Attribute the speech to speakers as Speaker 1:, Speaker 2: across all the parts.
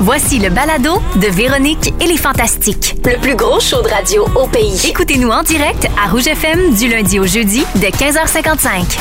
Speaker 1: Voici le balado de Véronique et les Fantastiques.
Speaker 2: Le plus gros show de radio au pays.
Speaker 1: Écoutez-nous en direct à Rouge FM du lundi au jeudi de 15h55.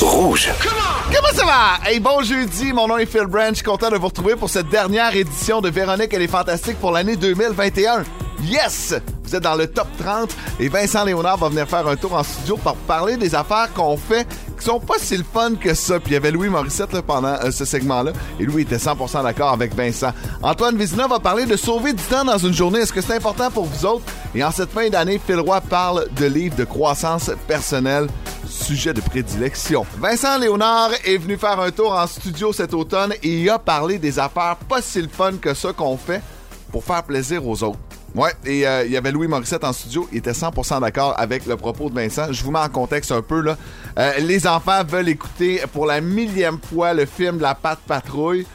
Speaker 3: Rouge.
Speaker 4: Comment ça va? Hey, bon jeudi, mon nom est Phil Branch, je suis content de vous retrouver pour cette dernière édition de Véronique et les Fantastiques pour l'année 2021. Yes! Vous êtes dans le top 30 et Vincent Léonard va venir faire un tour en studio pour parler des affaires qu'on fait qui sont pas si le fun que ça. Puis il y avait Louis Morissette là, pendant euh, ce segment-là et Louis était 100% d'accord avec Vincent. Antoine Vézina va parler de sauver du temps dans une journée. Est-ce que c'est important pour vous autres? Et en cette fin d'année, Phil Roy parle de livres de croissance personnelle sujet de prédilection. Vincent Léonard est venu faire un tour en studio cet automne et il a parlé des affaires pas si le fun que ça qu'on fait pour faire plaisir aux autres. Ouais, et euh, il y avait Louis Morissette en studio, il était 100% d'accord avec le propos de Vincent. Je vous mets en contexte un peu là. Euh, les enfants veulent écouter pour la millième fois le film de La Patte Patrouille.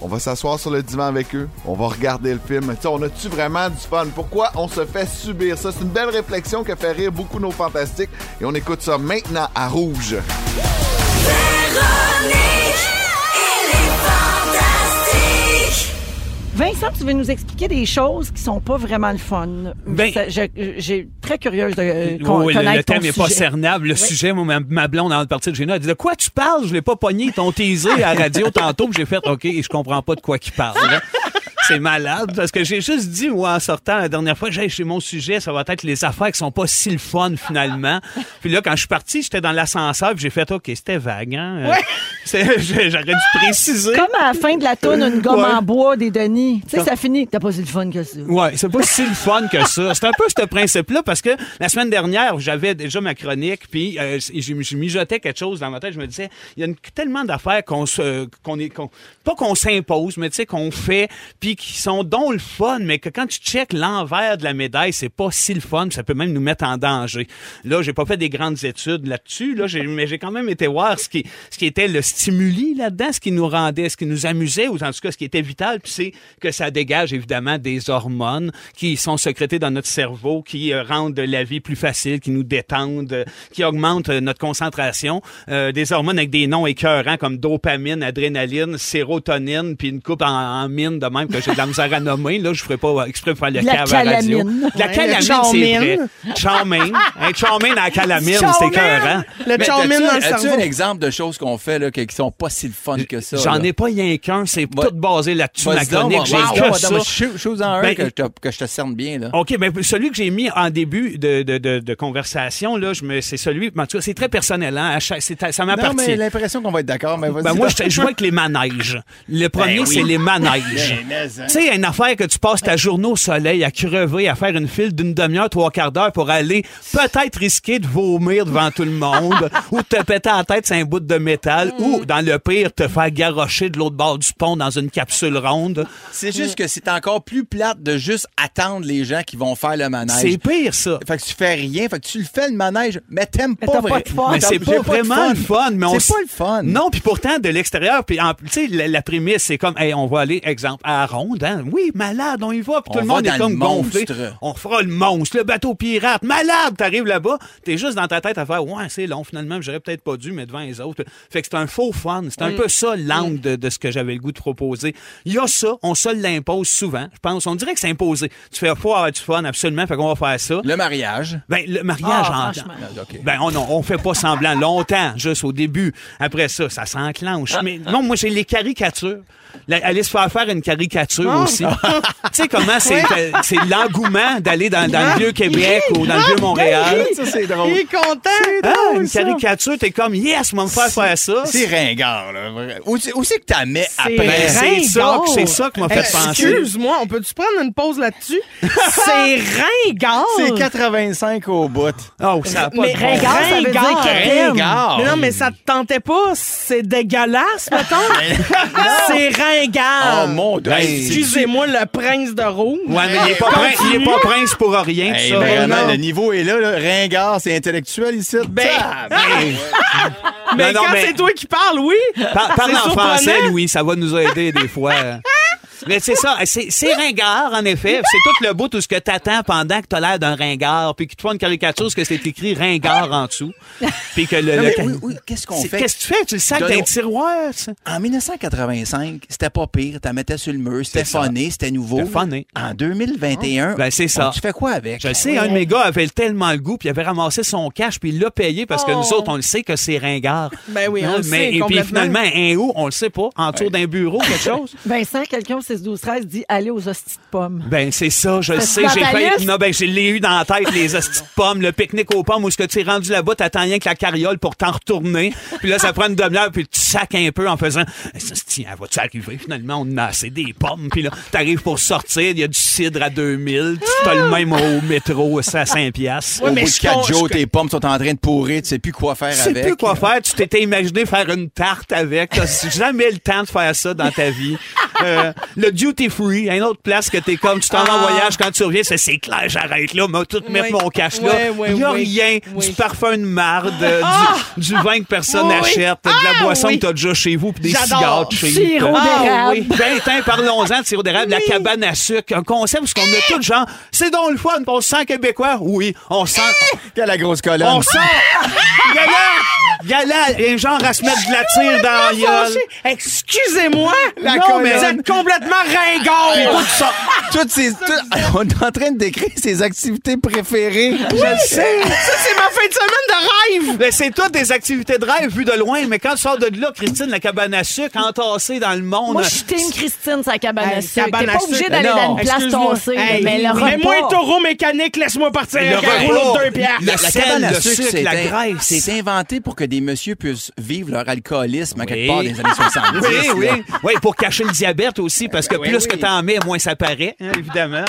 Speaker 4: On va s'asseoir sur le divan avec eux. On va regarder le film. T'sais, on a-tu vraiment du fun? Pourquoi on se fait subir ça? C'est une belle réflexion qui fait rire beaucoup nos fantastiques. Et on écoute ça maintenant à Rouge.
Speaker 5: Vincent, tu veux nous expliquer des choses qui sont pas vraiment le fun.
Speaker 6: Ben-
Speaker 5: Ça, je- je- j'ai très curieuse de euh,
Speaker 6: Oui,
Speaker 5: con-
Speaker 6: oui, le,
Speaker 5: connaître
Speaker 6: le thème
Speaker 5: ton
Speaker 6: n'est pas
Speaker 5: sujet.
Speaker 6: cernable. Le sujet, moi, ma, ma blonde, avant de partir de chez nous, elle dit De quoi tu parles Je l'ai pas pogné. Ils t'ont teasé à la radio tantôt. Puis J'ai fait OK, je comprends pas de quoi qu'il parle. C'est malade parce que j'ai juste dit, moi, en sortant la dernière fois, j'ai chez mon sujet, ça va être les affaires qui sont pas si le fun finalement. Puis là, quand je suis parti, j'étais dans l'ascenseur, puis j'ai fait, OK, c'était vague, hein? Euh, c'est- J'aurais dû préciser.
Speaker 5: Comme à la fin de la toune, une gomme
Speaker 6: Ouais.
Speaker 5: en bois des Denis. Tu sais, ça finit. T'as pas eu le fun que ça.
Speaker 6: Ouais, c'est pas si le fun que ça. C'est un peu ce principe-là parce que la semaine dernière, j'avais déjà ma chronique, puis euh, je, je mijotais quelque chose dans ma tête. Je me disais, il y a une- tellement d'affaires qu'on se, qu'on est, qu'on- pas qu'on s'impose, mais tu sais qu'on fait, puis qui sont donc le fun, mais que quand tu checkes l'envers de la médaille, c'est pas si le fun, puis ça peut même nous mettre en danger. Là, j'ai pas fait des grandes études là-dessus, là, j'ai- mais j'ai quand même été voir ce qui, ce qui était le stimuli là-dedans, ce qui nous rendait, ce qui nous amusait, ou en tout cas ce qui était vital, puis c'est que ça dégage évidemment des hormones qui sont sécrétées dans notre cerveau, qui euh, rendent la vie plus facile, qui nous détendent, euh, qui augmentent euh, notre concentration. Euh, des hormones avec des noms écœurants comme dopamine, adrénaline, sérotonine, puis une coupe en, en mine de même que j'ai de la misère à nommer. Là, je ferai pas exprès pour faire le
Speaker 5: De la
Speaker 6: cave à la radio.
Speaker 5: calamine.
Speaker 6: De la
Speaker 7: Ouais,
Speaker 6: calamine,
Speaker 7: le
Speaker 6: c'est vrai.
Speaker 7: Charmine.
Speaker 6: Charmine. Un Charmine à la calamine, c'est écœurant. euh,
Speaker 7: Le
Speaker 3: Mais
Speaker 7: charmin
Speaker 3: t'as-tu-
Speaker 7: dans le
Speaker 3: as-tu
Speaker 7: cerveau.
Speaker 3: un exemple de choses qu'on fait là, que- qui sont pas si le fun que ça?
Speaker 6: J'en
Speaker 3: là?
Speaker 6: ai pas rien qu'un, c'est
Speaker 3: Ouais.
Speaker 6: tout basé là-dessus, ma
Speaker 3: Vas-y donc,
Speaker 6: chronique. J'ai
Speaker 3: wow,
Speaker 6: que
Speaker 3: wow,
Speaker 6: ça.
Speaker 3: attends, mais chou- chose en un
Speaker 6: Ben,
Speaker 3: que, je te- que je te cerne bien. Là.
Speaker 6: OK, ben celui que j'ai mis en début de, de, de, de conversation, là, je me, c'est celui, en tout cas, c'est très personnel, hein, à chaque- c'est- ça
Speaker 7: Non, mais
Speaker 6: m'appartient.
Speaker 7: l'impression qu'on va être d'accord, mais vas-y.
Speaker 6: Ben moi, je, je joue avec les manèges. Le premier,
Speaker 3: Ben
Speaker 6: c'est les manèges.
Speaker 3: hein.
Speaker 6: Tu sais, il y a une affaire que tu passes ta journée au soleil à crever, à faire une file d'une demi-heure, trois quarts d'heure pour aller peut-être risquer de vomir devant tout le monde ou de te péter la tête sur un bout de métal
Speaker 3: Mm.
Speaker 6: ou, dans le pire, te faire garrocher de l'autre bord du pont dans une capsule ronde.
Speaker 3: C'est juste que c'est encore plus plate de juste attendre les gens qui vont faire le manège.
Speaker 6: C'est pire, ça.
Speaker 3: Fait que tu fais rien, fait que tu le fais le manège, mais t'aimes
Speaker 5: Mais
Speaker 3: pas,
Speaker 5: t'as pas
Speaker 3: vrai-
Speaker 5: de fun.
Speaker 6: Mais
Speaker 3: t'as-
Speaker 6: c'est
Speaker 3: Ah, j'ai
Speaker 6: pas vraiment
Speaker 3: de
Speaker 6: le fun. mais on s-
Speaker 3: C'est pas le fun.
Speaker 6: Non, puis pourtant, de l'extérieur, puis en- tu sais, la, la prémisse, c'est comme, hey, on va aller, exemple, à la Ronde, hein. Oui, malade, on y va, puis tout
Speaker 3: On
Speaker 6: le
Speaker 3: va
Speaker 6: monde est
Speaker 3: dans
Speaker 6: comme
Speaker 3: le
Speaker 6: gonflé.
Speaker 3: monstre.
Speaker 6: On fera le monstre, le bateau pirate, malade, t'arrives là-bas, t'es juste dans ta tête à faire, ouais, c'est long, finalement, j'aurais peut-être pas dû, mais devant les autres. Fait que c'est un faux fun. C'est
Speaker 3: Mm.
Speaker 6: un peu ça l'angle de, de ce que j'avais le goût de proposer. Il y a ça, on se l'impose souvent, je pense. On dirait que c'est imposé. Tu fais, faut avoir du fun, absolument, fait qu'on va faire ça.
Speaker 3: Le mariage.
Speaker 6: Ben, le mariage
Speaker 5: Ah,
Speaker 6: en-
Speaker 5: franchement.
Speaker 3: OK.
Speaker 6: Ben, on, on fait pas semblant longtemps, juste au début. Après ça, ça s'enclenche. Mais non, moi, j'ai les caricatures. La- aller se faire faire une caricature aussi. tu sais comment c'est, euh, c'est l'engouement d'aller dans, dans le vieux Québec ou dans le vieux Montréal.
Speaker 7: Ça, c'est drôle. Il est content.
Speaker 6: Ah, une caricature, t'es comme, yes, moi, me faire faire ça.
Speaker 3: C'est ringard, là. vrai. Où, c'est- où c'est que t'as mis après?
Speaker 6: Ben, c'est ça,
Speaker 5: ringard.
Speaker 6: que- c'est ça qui m'a fait penser.
Speaker 7: Excuse-moi, on peut-tu prendre une pause là-dessus? c'est ringard. C'est 85 au bout.
Speaker 6: Oh, ça a pas
Speaker 7: Mais
Speaker 6: de bon
Speaker 5: ringard, ça veut dire
Speaker 7: Ringard.
Speaker 5: qu'elle t'aime.
Speaker 7: Ringard. Mais non, mais ça te tentait pas. C'est dégueulasse, mettons. c'est ringard.
Speaker 3: Oh mon dieu.
Speaker 6: Ben,
Speaker 3: Hey,
Speaker 7: Excusez-moi, le prince de rouge.
Speaker 6: Ouais, mais il est pas, prince, il est pas prince pour rien,
Speaker 3: hey,
Speaker 6: tout ça.
Speaker 8: ben,
Speaker 3: vraiment,
Speaker 7: non.
Speaker 3: le niveau est là, là. Ringard, c'est intellectuel ici.
Speaker 7: Ben,
Speaker 3: Ah, ben,
Speaker 7: Mais
Speaker 6: Non, non,
Speaker 7: quand
Speaker 6: mais-
Speaker 7: c'est toi qui parles, oui.
Speaker 6: Par- Parle
Speaker 7: C'est
Speaker 6: en
Speaker 7: surprenant.
Speaker 6: français, Louis, ça va nous aider des fois. Mais c'est ça, c'est c'est ringard, en effet. C'est tout le bout, tout ce que t'attends pendant que t'as l'air d'un ringard, puis qu'ils te font une caricature, ce que c'est écrit ringard en dessous. Puis que le.
Speaker 3: Non,
Speaker 6: le-
Speaker 3: Ah, mais oui, oui, qu'est-ce qu'on
Speaker 6: C'est-
Speaker 3: fait?
Speaker 6: Qu'est-ce que tu fais? Tu le sacs
Speaker 3: Donnons-
Speaker 6: d'un tiroir, ça?
Speaker 3: En 1985, c'était pas pire. T'as mettais sur le mur, c'était
Speaker 6: C'est ça.
Speaker 3: funné, c'était nouveau.
Speaker 6: C'était funné.
Speaker 3: En 2021,
Speaker 6: Ben, c'est ça.
Speaker 3: tu fais quoi avec?
Speaker 6: Je le sais, un de mes gars avait tellement le goût, puis il avait ramassé son cash, puis il l'a payé parce que
Speaker 7: Oh.
Speaker 6: nous autres, on le sait que c'est ringard.
Speaker 7: Ben oui, on
Speaker 6: Hein,
Speaker 7: le sait
Speaker 6: Et puis
Speaker 7: complètement.
Speaker 6: finalement, un où, on le sait pas, en dessous d'un bureau, quelque chose.
Speaker 5: Vincent, quelqu'un au 6-12-13 dit allez aux hosties de pommes.
Speaker 6: Ben c'est ça, je le sais,
Speaker 7: dans
Speaker 6: j'ai
Speaker 7: ta
Speaker 6: fait
Speaker 7: liste?
Speaker 6: non ben je l'ai eu dans la tête les hosties de pommes, le pique-nique aux pommes où ce que tu es rendu là-bas, t'attends rien que la carriole pour t'en retourner. Puis là ça prend une demi-heure puis tu sacs un peu en faisant tiens, va-tu arriver finalement on a assez des pommes puis là t'arrives pour sortir, il y a du cidre à 2000, tu t'as le même au métro c'est à 5 piastres.
Speaker 7: Ouais,
Speaker 3: Au
Speaker 7: mais
Speaker 3: bout de
Speaker 7: je
Speaker 3: quatre
Speaker 7: con- je
Speaker 3: jours, tes pommes sont en train de pourrir, tu sais plus quoi faire
Speaker 6: Tu sais
Speaker 3: avec.
Speaker 6: plus quoi faire. Tu t'étais imaginé faire une tarte avec. T'as jamais le temps de faire ça dans ta vie. Euh, le duty free, une autre place que t'es comme, tu t'en vas en
Speaker 7: Ah.
Speaker 6: voyage quand tu reviens, c'est, c'est clair, j'arrête là, m'a tout mettre mon cash là.
Speaker 7: Ouais, ouais,
Speaker 6: Il y a
Speaker 7: oui.
Speaker 6: rien,
Speaker 7: Oui. Ah!
Speaker 6: du parfum de marde, euh, du, du vin que personne
Speaker 7: Oui.
Speaker 6: n'achète, de la
Speaker 7: Ah,
Speaker 6: boisson
Speaker 7: oui.
Speaker 6: que t'as déjà chez vous, puis des
Speaker 7: J'adore. Ah,
Speaker 6: cigares de chez Ah,
Speaker 5: Sirop d'érable.
Speaker 6: 20 ans, Ben, parlons-en de sirop d'érable, la cabane à sucre, un concept, parce qu'on a tout genre, c'est donc le fun, on se sent québécois, oui, on
Speaker 7: Eh!
Speaker 6: se sent,
Speaker 3: Quelle la grosse colonne.
Speaker 6: on sort! Gala! Gala! Il y a un genre à se mettre de la tire dans la gueule.
Speaker 7: Fâché. Excusez-moi,
Speaker 6: La
Speaker 7: non,
Speaker 6: colonne.
Speaker 7: mais vous êtes complètement
Speaker 6: Puis
Speaker 7: ringard.
Speaker 6: tout ça.
Speaker 3: Toutes ces,
Speaker 6: Ah,
Speaker 3: tout- on est en train de décrire ses activités préférées.
Speaker 6: Je le sais!
Speaker 7: Ça, c'est ma fin de semaine de rêve.
Speaker 6: Mais c'est toutes des activités de rêve vues de loin, mais quand tu sors de là, Christine, la cabane à sucre entassée dans le monde.
Speaker 9: Moi, je suis team Christine, sa cabane à
Speaker 7: Hey,
Speaker 9: sucre. Ah, T'es
Speaker 7: cabane à
Speaker 9: pas obligé
Speaker 7: sucre.
Speaker 9: d'aller
Speaker 6: Mais
Speaker 9: dans
Speaker 6: non.
Speaker 9: une place
Speaker 7: Excuse-moi.
Speaker 9: tassée.
Speaker 7: Hey,
Speaker 9: mais le repas...
Speaker 7: Mets-moi un taureau mécanique, laisse-moi partir.
Speaker 6: Le
Speaker 7: avec un
Speaker 6: repas.
Speaker 7: rouleau de deux piastres.
Speaker 6: Le sel, le sucre,
Speaker 3: c'est
Speaker 6: la
Speaker 3: in-
Speaker 6: graisse, c'est-
Speaker 3: C'est inventé pour que des messieurs puissent vivre leur alcoolisme à quelque
Speaker 6: Oui.
Speaker 3: part dans les années 70.
Speaker 6: Oui, oui.
Speaker 3: là.
Speaker 6: Oui, pour cacher le diabète aussi, parce que plus que t'en mets, moins ça paraît, hein, évidemment.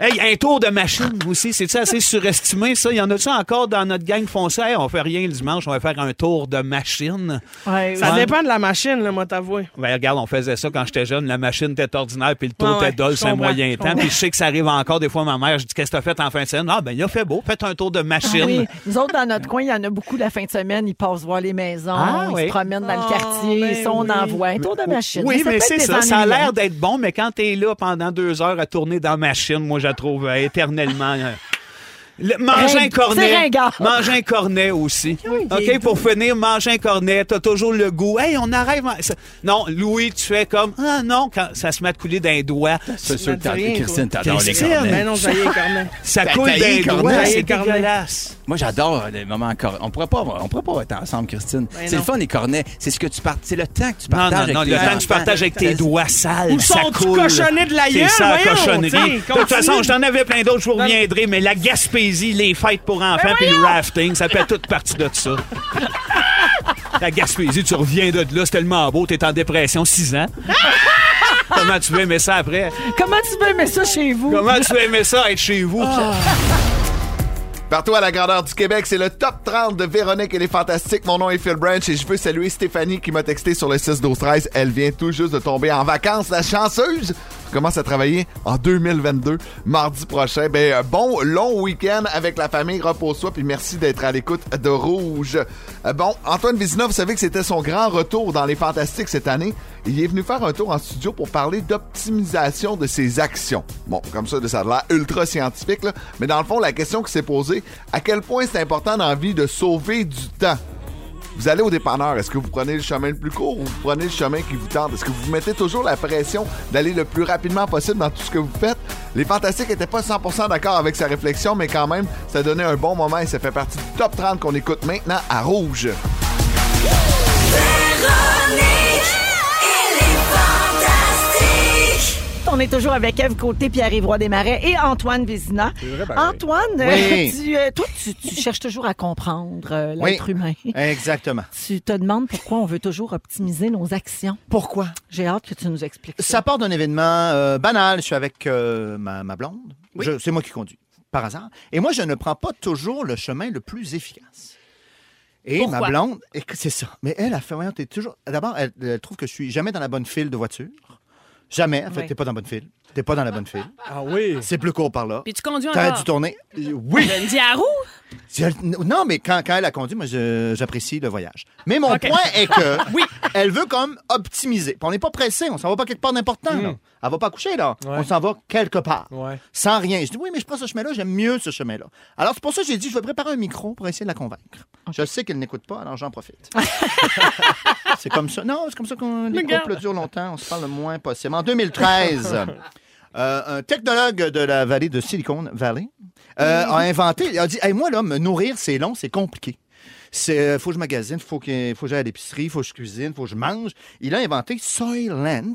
Speaker 6: Hey, un tour de machine aussi, c'est ça assez surestimé, ça? Il y en a-tu encore dans notre gang qui font ça? Hey, on fait rien le dimanche, on va faire un tour de machine.
Speaker 7: Ça
Speaker 6: Ouais.
Speaker 7: dépend de la machine, là, moi, t'avoue.
Speaker 6: Ben, regarde, on faisait ça quand j'étais jeune. La machine était ordinaire, puis le taux
Speaker 7: Ouais,
Speaker 6: était
Speaker 7: ouais,
Speaker 6: dol,
Speaker 7: je
Speaker 6: c'est un
Speaker 7: comprends,
Speaker 6: moyen
Speaker 7: je
Speaker 6: temps. Puis je sais que ça arrive encore. Des fois, ma mère, je dis, qu'est-ce que t'as fait en fin de semaine? Ah, ben, il a fait beau. Faites un
Speaker 7: Ah
Speaker 6: tour de machine.
Speaker 5: Oui, nous autres, dans notre coin, il y en a beaucoup la fin de semaine. Ils passent voir les maisons,
Speaker 6: Ah,
Speaker 5: ils
Speaker 6: oui.
Speaker 5: se promènent dans le
Speaker 7: Oh,
Speaker 5: quartier,
Speaker 7: ben
Speaker 5: ça, on
Speaker 7: oui.
Speaker 5: envoie un tour de machine.
Speaker 6: Oui, mais
Speaker 5: peut
Speaker 6: c'est
Speaker 5: être
Speaker 6: ça. Ça a
Speaker 5: désennuyant.
Speaker 6: l'air d'être bon, mais quand t'es là pendant deux heures à tourner dans machine, moi, je la trouve euh, éternellement. euh, le- manger un
Speaker 5: Ring-
Speaker 6: cornet.
Speaker 5: c'est ringard.
Speaker 6: Manger un cornet aussi. OK, pour finir, manger un cornet. T'as toujours le goût. Hey, on arrive. en- ça- Non, Louis, tu fais comme. Ah non, quand ça se met à couler d'un doigt.
Speaker 3: C'est sûr que t'as-
Speaker 7: rien,
Speaker 3: Christine, t'adores les
Speaker 6: Christine.
Speaker 3: cornets.
Speaker 7: Mais ben non, ça y est, Carmen.
Speaker 6: Ça
Speaker 3: Ta-
Speaker 6: coule
Speaker 3: tailler
Speaker 6: d'un
Speaker 3: le
Speaker 6: doigt.
Speaker 3: cornet.
Speaker 6: C'est
Speaker 7: Tailler le cornet.
Speaker 6: dégueulasse.
Speaker 3: Moi, j'adore euh, les moments en cornet. On pourrait pas, on pourrait pas être ensemble, Christine. c'est le
Speaker 7: non.
Speaker 3: fun, les cornets. C'est ce que tu partages. C'est le temps que tu
Speaker 6: Non,
Speaker 3: partages
Speaker 6: non,
Speaker 3: avec
Speaker 6: non,
Speaker 3: tes
Speaker 6: le temps que
Speaker 3: enfants.
Speaker 6: tu partages avec tes doigts sales,
Speaker 7: Où
Speaker 6: ça
Speaker 7: sont-tu
Speaker 6: coule.
Speaker 7: cochonnés de la
Speaker 6: C'est
Speaker 7: gueule,
Speaker 6: ça, la
Speaker 7: voyons,
Speaker 6: cochonnerie.
Speaker 7: t'sais,
Speaker 6: De toute façon,
Speaker 7: continue. Ben
Speaker 6: j'en avais plein d'autres, je vous reviendrai, mais la Gaspésie, les fêtes pour enfants, puis le rafting, ça fait toute partie de ça. La Gaspésie, tu reviens de là, c'est tellement beau, t'es en dépression 6 ans. Comment tu veux aimer ça après?
Speaker 5: Comment tu peux aimer ça chez vous?
Speaker 6: Comment tu veux aimer ça être chez vous?
Speaker 4: Partout à la grandeur du Québec, c'est le top 30 de Véronique et les Fantastiques. Mon nom est Phil Branch et je veux saluer Stéphanie qui m'a texté sur le 6-12-13. Elle vient tout juste de tomber en vacances, la chanceuse! Je commence à travailler en 2022, mardi prochain. Ben, euh, bon long week-end avec la famille. Repose-toi puis merci d'être à l'écoute de Rouge. Euh, bon, Antoine Vézina, vous savez que c'était son grand retour dans les Fantastiques cette année. Il est venu faire un tour en studio pour parler d'optimisation de ses actions. Bon, comme ça, ça a l'air ultra scientifique, là. mais dans le fond, la question qui s'est posée, à quel point c'est important dans la vie de sauver du temps? Vous allez au dépanneur, est-ce que vous prenez le chemin le plus court ou vous prenez le chemin qui vous tente? Est-ce que vous mettez toujours la pression d'aller le plus rapidement possible dans tout ce que vous faites? Les Fantastiques n'étaient pas 100% d'accord avec sa réflexion, mais quand même, ça donnait un bon moment et ça fait partie du top 30 qu'on écoute maintenant à Rouge.
Speaker 5: On est toujours avec Eve Côté, Pierre-Yvroy Desmarais et Antoine Vézina. Antoine,
Speaker 3: Oui.
Speaker 5: euh, tu, euh, toi, tu, tu cherches toujours à comprendre euh, l'être
Speaker 3: Oui.
Speaker 5: humain.
Speaker 3: Exactement.
Speaker 5: Tu te demandes pourquoi on veut toujours optimiser nos actions.
Speaker 10: Pourquoi?
Speaker 5: J'ai hâte que tu nous expliques ça.
Speaker 10: Ça part d'un événement euh, banal. Je suis avec euh, ma, ma blonde. Je- C'est moi qui conduis, par hasard. Et moi, je ne prends pas toujours le chemin le plus efficace. Et ma blonde, écoute, c'est ça. Mais elle a fait, voyons, t'es toujours. D'abord, elle, elle trouve que je suis jamais dans la bonne file de voiture. Jamais. En fait,
Speaker 7: Oui.
Speaker 10: t'es pas dans la bonne file. T'es pas dans la bonne file.
Speaker 7: Ah oui.
Speaker 10: C'est plus court par là.
Speaker 9: Puis tu conduis
Speaker 10: T'arrêtes
Speaker 9: encore.
Speaker 10: d'y tourner. Euh, Oui!
Speaker 9: Je le dis à roue.
Speaker 10: Je- Non, mais quand, quand elle a conduit, moi, je- j'apprécie le voyage. Mais mon point est que elle veut comme optimiser. Puis on n'est pas pressé, on s'en va pas quelque part d'important. là. Elle va pas coucher, là. On s'en va quelque part.
Speaker 7: Ouais.
Speaker 10: Sans rien. Je dis, oui, mais je prends ce chemin-là, j'aime mieux ce chemin-là. Alors, c'est pour ça que j'ai dit, je vais préparer un micro pour essayer de la convaincre. Je sais qu'elle n'écoute pas, alors j'en profite. c'est comme ça. Non, c'est comme ça qu'on les
Speaker 9: Regarde.
Speaker 10: couples durent longtemps, on se parle le moins possible. En 2013, euh, un technologue de la vallée de Silicon Valley euh, a inventé, il a dit, Hey, moi, là, me nourrir, c'est long, c'est compliqué. Il euh, faut que je magasine, faut que, faut que j'aille à l'épicerie, faut que je cuisine, faut que je mange. Il a inventé Soylent,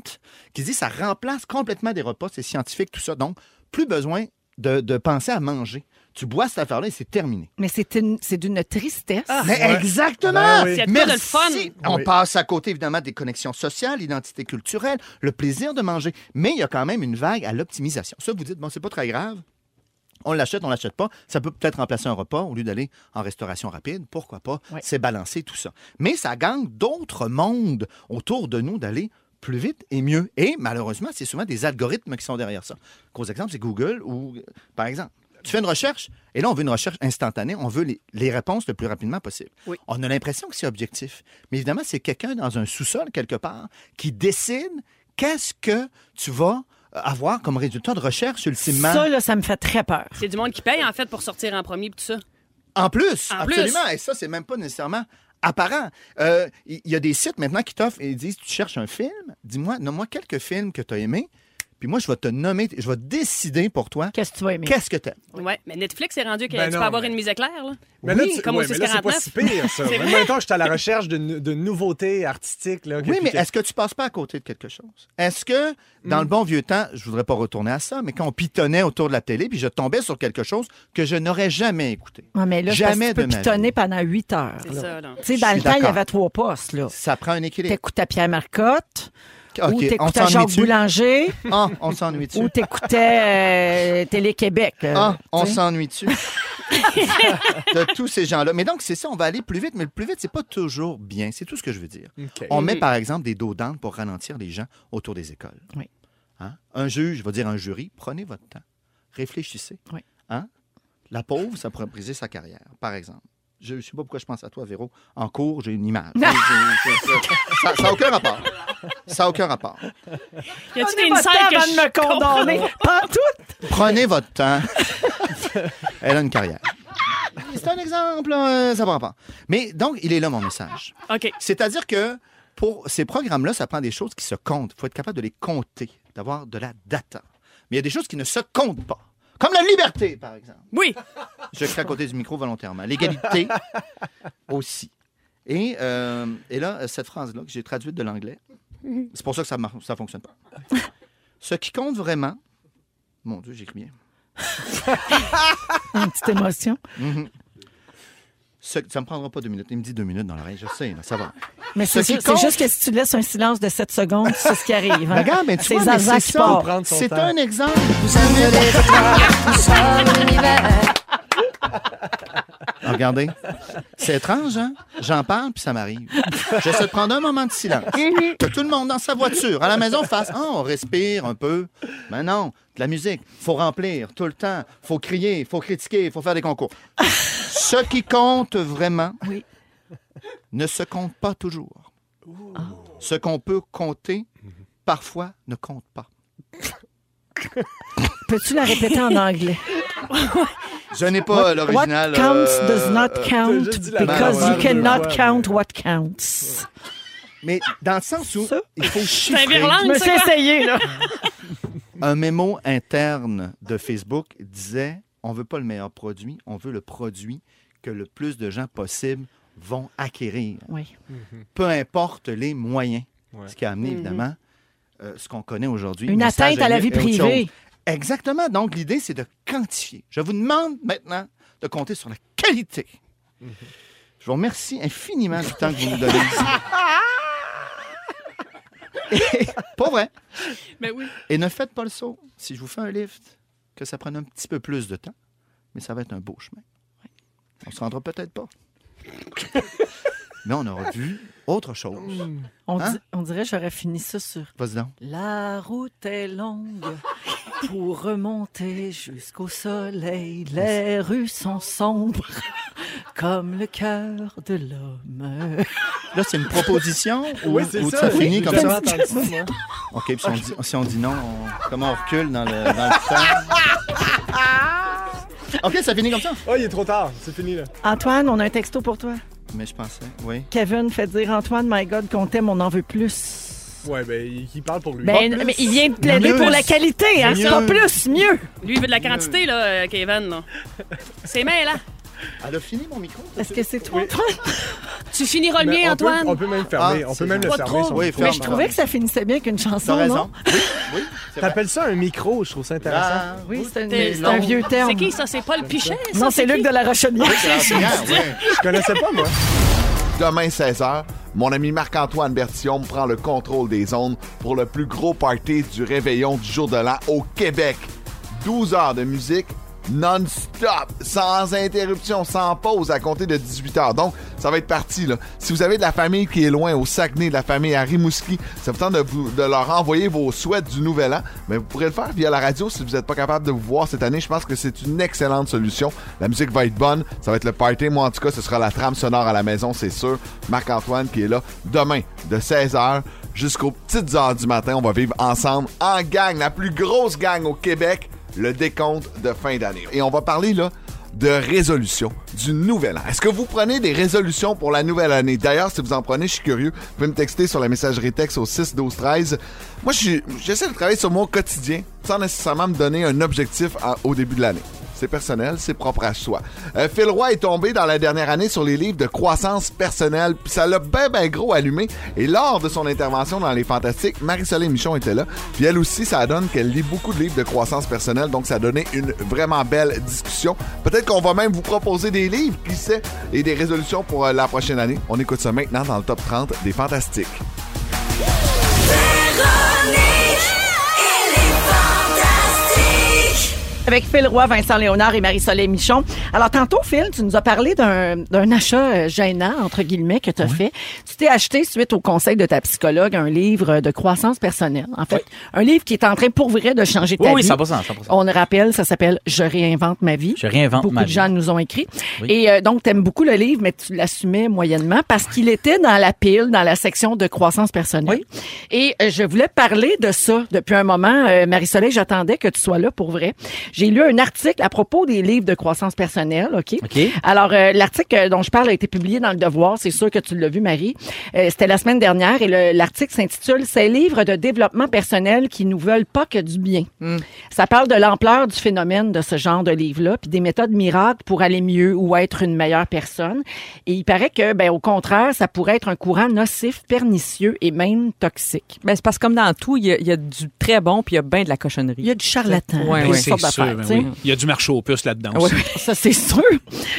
Speaker 10: qui dit ça remplace complètement des repas, c'est scientifique, tout ça. Donc, plus besoin de, de penser à manger. Tu bois cette affaire-là et c'est terminé.
Speaker 5: Mais c'est une- c'est d'une tristesse.
Speaker 10: Mais exactement!
Speaker 7: Ben oui.
Speaker 9: S'il y a de quoi de le fun.
Speaker 10: Merci. On
Speaker 7: Oui.
Speaker 10: passe à côté, évidemment, des connexions sociales, l'identité culturelle, le plaisir de manger. Mais il y a quand même une vague à l'optimisation. Ça, vous dites, bon, c'est pas très grave. On l'achète, on l'achète pas. Ça peut peut-être remplacer un repas au lieu d'aller en restauration rapide. Pourquoi pas? C'est balancé, tout ça. Mais ça gagne d'autres mondes autour de nous d'aller plus vite et mieux. Et malheureusement, c'est souvent des algorithmes qui sont derrière ça. Gros exemple, c'est Google ou, par exemple, tu fais une recherche et là, on veut une recherche instantanée. On veut les, les réponses le plus rapidement possible. On a l'impression que c'est objectif. Mais évidemment, c'est quelqu'un dans un sous-sol quelque part qui décide qu'est-ce que tu vas avoir comme résultat de recherche ultimement.
Speaker 5: Ça, là, ça me fait très peur.
Speaker 9: C'est du monde qui paye, en fait, pour sortir en premier pis tout ça.
Speaker 10: En plus,
Speaker 9: En plus.
Speaker 10: absolument. Et ça, c'est même pas nécessairement apparent. Euh, Il y, a des sites maintenant qui t'offrent et ils disent tu cherches un film, dis-moi, nomme-moi quelques films que tu as aimés, puis moi, je vais te nommer, je vais décider pour toi
Speaker 5: Qu'est-ce que tu vas aimer?
Speaker 10: qu'est-ce que tu aimes.
Speaker 9: Ouais, mais Netflix est rendu que
Speaker 7: Ben
Speaker 9: tu
Speaker 7: non,
Speaker 9: peux avoir
Speaker 7: mais-
Speaker 9: une mise éclair, là.
Speaker 7: Mais là,
Speaker 9: oui,
Speaker 7: tu-
Speaker 9: comme
Speaker 7: ouais,
Speaker 9: au
Speaker 7: mais là, c'est pas
Speaker 9: 649.
Speaker 7: si pire, ça.
Speaker 9: C'est
Speaker 7: Même
Speaker 9: vrai.
Speaker 7: temps, je suis à la recherche d'une d'une nouveauté artistique. Là, que-
Speaker 10: Oui, mais
Speaker 7: que-
Speaker 10: est-ce que tu passes pas à côté de quelque chose? Est-ce que, dans le bon vieux temps, je voudrais pas retourner à ça, mais quand on pitonnait autour de la télé, puis je tombais sur quelque chose que je n'aurais jamais écouté.
Speaker 5: Ouais, Ah, mais là,
Speaker 10: Jamais
Speaker 5: parce que tu
Speaker 10: de
Speaker 5: peux
Speaker 10: ma vie.
Speaker 5: pitonner pendant 8 heures.
Speaker 9: C'est
Speaker 5: là.
Speaker 9: ça, là.
Speaker 5: Tu sais,
Speaker 10: Je
Speaker 5: dans le
Speaker 10: suis
Speaker 5: temps, il y
Speaker 10: d'accord.
Speaker 5: avait trois postes, là.
Speaker 10: Ça prend un équilibre.
Speaker 5: T'écoutes à Pierre Marcotte, ou
Speaker 10: OK, on
Speaker 5: t'écoutes à Jacques
Speaker 10: s'ennuie-tu?
Speaker 5: Boulanger,
Speaker 10: Ah, on s'ennuie-tu?
Speaker 5: ou t'écoutais euh, Télé-Québec. euh,
Speaker 10: Ah, on
Speaker 5: tu sais.
Speaker 10: s'ennuie-tu? de tous ces gens-là. Mais donc, c'est ça, on va aller plus vite, mais le plus vite, c'est pas toujours bien. C'est tout ce que je veux dire.
Speaker 7: OK.
Speaker 10: On met, par exemple, des dos d'âne pour ralentir les gens autour des écoles.
Speaker 5: Oui.
Speaker 10: Hein? Un juge va dire à un jury, prenez votre temps. Réfléchissez.
Speaker 5: Oui.
Speaker 10: Hein? La pauvre, ça pourrait briser sa carrière, par exemple. Je ne sais pas pourquoi je pense à toi, Véro. En cours, j'ai une image. J'ai- j'ai- ça n'a aucun rapport. Ça n'a aucun rapport.
Speaker 9: Y a-tu des
Speaker 5: Prenez votre
Speaker 9: insights
Speaker 5: temps
Speaker 9: que
Speaker 5: avant de me
Speaker 9: je comprends?
Speaker 5: condamner. Pas en tout.
Speaker 10: Prenez votre temps. Elle a une carrière. C'est un exemple, là, ça va pas. Mais donc, il est là mon message.
Speaker 9: OK.
Speaker 10: C'est-à-dire que pour ces programmes-là, ça prend des choses qui se comptent. Il faut être capable de les compter, d'avoir de la data. Mais il y a des choses qui ne se comptent pas. Comme la liberté, par exemple.
Speaker 9: Oui.
Speaker 10: Je crie à côté du micro volontairement. L'égalité aussi. Et, euh, et là, cette phrase-là que j'ai traduite de l'anglais, c'est pour ça que ça ne fonctionne pas. Ce qui compte vraiment, mon Dieu, j'écris bien.
Speaker 5: Une petite émotion.
Speaker 10: Ce- ça me prendra pas deux minutes. Il me dit deux minutes dans l'oreille, je sais, là, ça va.
Speaker 5: Mais
Speaker 10: Ce
Speaker 5: c'est
Speaker 10: qui
Speaker 5: ju- c'est
Speaker 10: compte-
Speaker 5: juste que si tu laisses un silence de 7 secondes, c'est ce qui arrive. hein.
Speaker 10: Regarde, mais tu
Speaker 5: c'est
Speaker 10: vois, mais
Speaker 5: Zaza
Speaker 10: c'est
Speaker 5: qui
Speaker 10: ça.
Speaker 5: part.
Speaker 7: Prendre son
Speaker 10: C'est
Speaker 7: temps.
Speaker 10: un exemple. Ah, Regardez, c'est étrange, hein? J'en parle, puis ça m'arrive. J'essaie de prendre un moment de silence. Que tout le monde dans sa voiture, à la maison, fasse Ah, on respire un peu. Mais non, de la musique, faut remplir tout le temps, faut crier, faut critiquer, faut faire des concours. Ce qui compte vraiment
Speaker 5: Oui.
Speaker 10: ne se compte pas toujours. Ce qu'on peut compter, parfois, ne compte pas.
Speaker 5: Peux-tu la répéter en anglais?
Speaker 10: Je n'ai pas euh,
Speaker 5: What
Speaker 10: l'original.
Speaker 5: counts
Speaker 10: euh,
Speaker 5: does not
Speaker 10: euh,
Speaker 5: count
Speaker 7: t'as juste dit la
Speaker 5: because
Speaker 10: même
Speaker 5: you
Speaker 10: affaire
Speaker 5: cannot
Speaker 7: deux fois,
Speaker 5: count
Speaker 7: mais-
Speaker 5: what counts.
Speaker 10: Mais dans le sens où
Speaker 5: Ça?
Speaker 10: il faut
Speaker 9: C'est un
Speaker 10: chiffrer.
Speaker 5: Je
Speaker 9: virlangue,
Speaker 5: me suis
Speaker 9: c'est quoi?
Speaker 5: essayé, là.
Speaker 10: Un mémo interne de Facebook disait on veut pas le meilleur produit, on veut le produit que le plus de gens possible vont acquérir,
Speaker 5: Oui.
Speaker 10: peu importe les moyens.
Speaker 7: Ouais.
Speaker 10: Ce qui a amené évidemment euh, ce qu'on connaît aujourd'hui.
Speaker 5: Mhm. Une
Speaker 10: message
Speaker 5: atteinte à la vie
Speaker 10: et autre chose.
Speaker 5: privée.
Speaker 10: Exactement. Donc, l'idée, c'est de quantifier. Je vous demande maintenant de compter sur la qualité. Je vous remercie infiniment du temps que vous nous donnez ici. Et- Pas vrai.
Speaker 9: Mais oui.
Speaker 10: Et ne faites pas le saut. Si je vous fais un lift, que ça prenne un petit peu plus de temps, mais ça va être un beau chemin. On se rendra peut-être pas. mais on aura vu autre chose.
Speaker 5: On,
Speaker 10: Hein?
Speaker 5: di- on dirait que j'aurais fini ça sur
Speaker 10: Vas-y donc.
Speaker 5: La route est longue pour remonter jusqu'au soleil. Les rues sont sombres comme le cœur de l'homme.
Speaker 10: Là, c'est une proposition ou,
Speaker 11: c'est
Speaker 10: ou
Speaker 11: ça,
Speaker 10: ça
Speaker 11: oui.
Speaker 10: finit comme
Speaker 11: J'ai
Speaker 10: ça?
Speaker 11: jamais entendu ça, moi.
Speaker 10: OK, puis si on dit, si on dit non, on- comment on recule dans le, dans le temps? OK, ça finit comme ça?
Speaker 11: Oh, il est trop tard. C'est fini, là.
Speaker 5: Antoine, on a un texto pour toi.
Speaker 10: Mais je pensais, oui.
Speaker 5: Kevin fait dire Antoine, my God, qu'on t'aime, on en veut plus.
Speaker 11: Ouais, ben, il, il parle pour lui.
Speaker 5: Ben, mais il vient de plaider
Speaker 10: Mieux.
Speaker 5: pour la qualité, hein? C'est pas plus, mieux.
Speaker 9: Lui, il veut de la quantité, là, euh, Kevin. là. C'est mêlant.
Speaker 10: Elle a fini mon micro?
Speaker 5: Est-ce que c'est toi, Antoine?
Speaker 9: Tu finiras le
Speaker 11: Mais
Speaker 9: mien,
Speaker 11: on peut-
Speaker 9: Antoine.
Speaker 11: on peut même fermer.
Speaker 10: Ah,
Speaker 11: on
Speaker 10: c'est
Speaker 11: peut même le
Speaker 10: pas
Speaker 11: fermer.
Speaker 9: trop.
Speaker 11: son
Speaker 10: Oui,
Speaker 11: micro.
Speaker 10: ferme.
Speaker 5: Mais je trouvais que ça finissait bien qu'une chanson,
Speaker 10: T'as
Speaker 5: non?
Speaker 10: raison. Oui, oui. c'est vrai.
Speaker 11: T'appelles ça un micro, je trouve ça intéressant.
Speaker 10: Ah,
Speaker 5: Oui, c'est un,
Speaker 9: T'es-
Speaker 5: c'est un vieux terme.
Speaker 9: C'est qui, ça? C'est Paul Pichet? ça?
Speaker 5: Non, c'est Luc
Speaker 9: qui?
Speaker 5: de la Rochelière.
Speaker 10: c'est la première, oui.
Speaker 11: Je connaissais pas, moi.
Speaker 4: Demain 16h, mon ami Marc-Antoine Bertillon prend le contrôle des ondes pour le plus gros party du réveillon du jour de l'an au Québec. 12 heures de musique non-stop, sans interruption, sans pause à compter de 18 heures. Donc, ça va être parti. Là. Si vous avez de la famille qui est loin, au Saguenay, de la famille à Rimouski, ça vous tente de, vous- de leur envoyer vos souhaits du Nouvel An, mais vous pourrez le faire via la radio si vous n'êtes pas capable de vous voir cette année. Je pense que c'est une excellente solution. La musique va être bonne, ça va être le party. Moi, en tout cas, ce sera la trame sonore à la maison, c'est sûr. Marc-Antoine qui est là demain de 16h jusqu'aux petites heures du matin. On va vivre ensemble en gang, la plus grosse gang au Québec, le décompte de fin d'année. Et on va parler là de résolution du nouvel an. Est-ce que vous prenez des résolutions pour la nouvelle année? D'ailleurs, si vous en prenez, je suis curieux. Vous pouvez me texter sur la messagerie texte au 6 12 13. Moi, je suis- j'essaie de travailler sur mon quotidien sans nécessairement me donner un objectif en- au début de l'année. C'est personnel, c'est propre à soi. Euh, Phil Roy est tombé dans la dernière année sur les livres de croissance personnelle, puis ça l'a ben ben gros allumé. Et lors de son intervention dans Les Fantastiques, Marie-Soleil Michon était là, puis elle aussi, ça donne qu'elle lit beaucoup de livres de croissance personnelle, donc ça donnait une vraiment belle discussion. Peut-être qu'on va même vous proposer des livres, qui sait, et des résolutions pour euh, la prochaine année. On écoute ça maintenant dans le top 30 des Fantastiques.
Speaker 5: Avec Phil Roy, Vincent Léonard et Marie-Soleil Michon. Alors, tantôt, Phil, tu nous as parlé d'un d'un achat euh, gênant, entre guillemets, que tu as fait. Tu t'es acheté, suite au conseil de ta psychologue, un livre euh, de croissance personnelle. En fait, un livre qui est en train, pour vrai, de changer ta
Speaker 8: Oui,
Speaker 5: vie.
Speaker 8: oui, 100%, 100%.
Speaker 5: On le rappelle, ça s'appelle « Je réinvente ma vie ».
Speaker 8: Je réinvente
Speaker 5: Beaucoup
Speaker 8: ma
Speaker 5: de
Speaker 8: vie.
Speaker 5: gens nous ont écrit.
Speaker 8: Oui.
Speaker 5: Et euh, donc, tu aimes beaucoup le livre, mais tu l'assumais moyennement parce qu'il était dans la pile, dans la section de croissance personnelle. Et euh, je voulais parler de ça depuis un moment. Euh, Marie-Soleil, j'attendais que tu sois là pour vrai. J'ai lu un article à propos des livres de croissance personnelle, OK?
Speaker 8: OK.
Speaker 5: Alors, euh, l'article euh, dont je parle a été publié dans Le Devoir. C'est sûr que tu l'as vu, Marie. Euh, C'était la semaine dernière et le- l'article s'intitule « Ces livres de développement personnel qui nous veulent pas que du bien Ça parle de l'ampleur du phénomène de ce genre de livre-là, puis des méthodes miracles pour aller mieux ou être une meilleure personne. Et il paraît que, ben, au contraire, ça pourrait être un courant nocif, pernicieux et même toxique.
Speaker 12: Ben, c'est parce que comme dans tout, il y, a- il y a du très bon puis il y a bien de la cochonnerie.
Speaker 5: Il y a du charlatan.
Speaker 10: Ah,
Speaker 12: Ouais,
Speaker 5: il y a
Speaker 12: ouais.
Speaker 5: une sorte
Speaker 6: C'est sûr,
Speaker 5: d'affaire,
Speaker 6: ben
Speaker 5: tu sais.
Speaker 6: oui. Il y a du marché aux puces là-dedans
Speaker 12: Ah ouais.
Speaker 6: aussi.
Speaker 5: Ça, c'est sûr.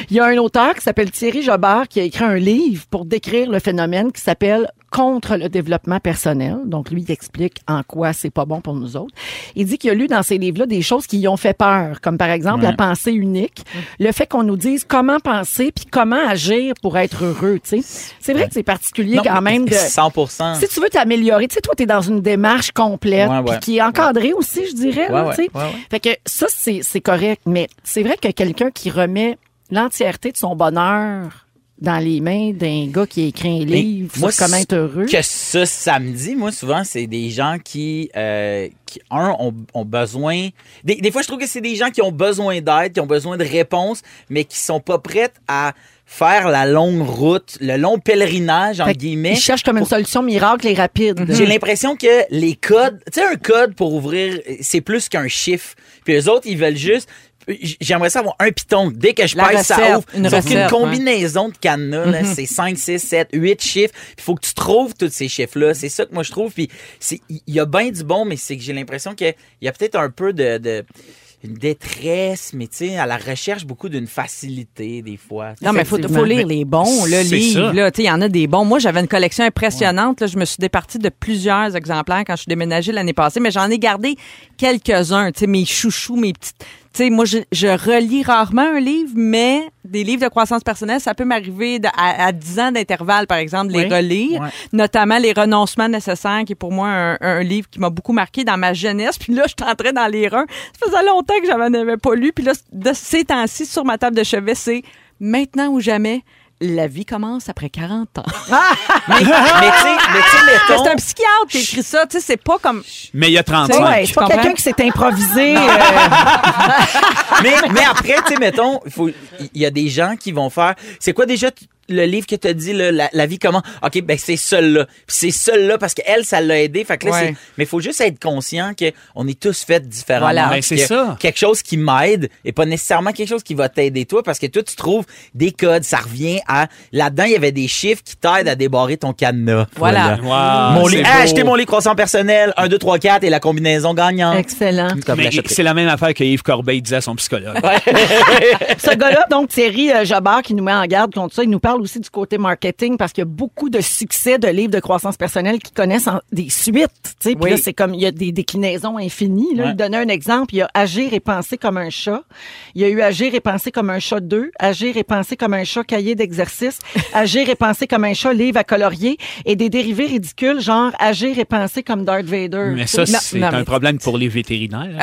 Speaker 5: Il y a un auteur qui s'appelle Thierry Jobard qui a écrit un livre pour décrire le phénomène qui s'appelle Contre le développement personnel. Donc, lui, il explique en quoi c'est pas bon pour nous autres. Il dit qu'il a lu dans ces livres-là des choses qui lui ont fait peur, comme par exemple la pensée unique, le fait qu'on nous dise comment penser puis comment agir pour être heureux, tu sais. C'est vrai que c'est particulier
Speaker 8: Non,
Speaker 5: quand
Speaker 8: mais
Speaker 5: même de...
Speaker 8: 100%.
Speaker 5: Si tu veux t'améliorer, tu sais, toi, t'es dans une démarche complète,
Speaker 8: Ouais, ouais.
Speaker 5: puis qui est encadrée aussi, je dirais. là,
Speaker 8: Ouais, ouais,
Speaker 5: tu sais.
Speaker 8: ouais, ouais.
Speaker 5: Fait que ça, c'est c'est correct, mais c'est vrai que quelqu'un qui remet l'entièreté de son bonheur dans les mains d'un gars qui écrit un
Speaker 8: Mais
Speaker 5: livre
Speaker 8: moi,
Speaker 5: sur comment
Speaker 8: ce
Speaker 5: être heureux.
Speaker 8: Que ce samedi, moi, souvent, c'est des gens qui, euh, qui un, ont, ont besoin. Des, des fois, je trouve que c'est des gens qui ont besoin d'aide, qui ont besoin de réponses, mais qui sont pas prêtes à faire la longue route, le long pèlerinage, en
Speaker 5: Fait que
Speaker 8: guillemets.
Speaker 5: il cherche comme une solution miracle et rapide.
Speaker 12: Hmm.
Speaker 8: J'ai l'impression que les codes, tu sais, un code pour ouvrir, c'est plus qu'un chiffre. Puis les autres, ils veulent juste. j- J'aimerais ça avoir un piton. Dès que je
Speaker 12: La
Speaker 8: pèse, ça
Speaker 12: recette,
Speaker 8: ouvre.
Speaker 12: une
Speaker 8: Sauf
Speaker 12: recette,
Speaker 8: qu'une
Speaker 12: ouais. Mm-hmm.
Speaker 8: combinaison de cadenas, là, c'est 5, 6, 7, 8 chiffres. Il faut que tu trouves tous ces chiffres-là. C'est ça que moi, je trouve. Puis c'est- il y a bien du bon, mais c'est que j'ai l'impression qu'il y a peut-être un peu de... de- une détresse, mais tu sais, à la recherche, beaucoup d'une facilité, des fois.
Speaker 12: Non, mais faut, faut lire les bons, le
Speaker 6: C'est ça.
Speaker 12: livre. là. Tu sais, Il y en a des bons. Moi, j'avais une collection impressionnante. Là, je me suis départie de plusieurs exemplaires quand je suis déménagée l'année passée, mais j'en ai gardé quelques-uns. Tu sais, Mes chouchous, mes petites. tu tu sais, moi, je, je relis rarement un livre, mais des livres de croissance personnelle, ça peut m'arriver de- à, à 10 ans d'intervalle, par exemple, de les
Speaker 13: Oui.
Speaker 12: relire,
Speaker 13: Ouais.
Speaker 12: notamment Les renoncements nécessaires, qui est pour moi un, un livre qui m'a beaucoup marqué dans ma jeunesse. Puis là, je tenterais d'en lire un. Ça faisait longtemps que j'en avais pas lu. Puis là, de ces temps-ci, sur ma table de chevet, c'est maintenant ou jamais. La vie commence après 40 ans. mais tu
Speaker 8: sais, mettons-
Speaker 12: C'est un psychiatre qui écrit ça, tu sais, c'est pas comme.
Speaker 6: Mais il y a 35.
Speaker 12: Ouais, c'est pas quelqu'un qui
Speaker 5: s'est improvisé. euh,
Speaker 8: mais, mais après, tu sais, mettons, il faut- il y a des gens qui vont faire. C'est quoi déjà t- le livre que tu as dit, là, la, la vie comment? OK, ben c'est celle-là. Puis c'est celle-là parce qu'elle, ça l'a aidé. Fait que là,
Speaker 12: Ouais.
Speaker 8: c'est- Mais il faut juste être conscient qu'on est tous faits différemment.
Speaker 12: Voilà. Ben,
Speaker 8: Puis
Speaker 6: c'est
Speaker 8: que
Speaker 6: ça.
Speaker 8: Quelque chose qui m'aide et pas nécessairement quelque chose qui va t'aider toi parce que toi, tu trouves des codes. Ça revient à. Là-dedans, il y avait des chiffres qui t'aident à débarrer ton cadenas.
Speaker 12: Voilà.
Speaker 6: Wow,
Speaker 8: mon lit.
Speaker 6: Ah, c'est beau.
Speaker 8: Acheter mon lit croissant personnel. 1, 2, 3, 4 et la combinaison gagnante.
Speaker 12: Excellent.
Speaker 8: Comme
Speaker 6: Mais
Speaker 8: la chaperie.
Speaker 6: c'est la même affaire que Yves Corbeil disait à son psychologue.
Speaker 5: Ce gars-là, donc Thierry euh, Jobard, qui nous met en garde contre ça, il nous parle aussi du côté marketing parce qu'il y a beaucoup de succès de livres de croissance personnelle qui connaissent en- des suites. tu sais. Puis
Speaker 12: Oui.
Speaker 5: là, c'est comme il y a des déclinaisons infinies. Là.
Speaker 12: Ouais.
Speaker 5: Il donnait un exemple. Il y a Agir et penser comme un chat. Il y a eu Agir et penser comme un chat 2, Agir et penser comme un chat cahier d'exercice, Agir et penser comme un chat livre à colorier et des dérivés ridicules genre Agir et penser comme Darth Vader.
Speaker 6: Mais ça,
Speaker 12: Non,
Speaker 6: c'est
Speaker 12: non,
Speaker 6: un
Speaker 12: mais- Ah,
Speaker 6: problème pour les vétérinaires.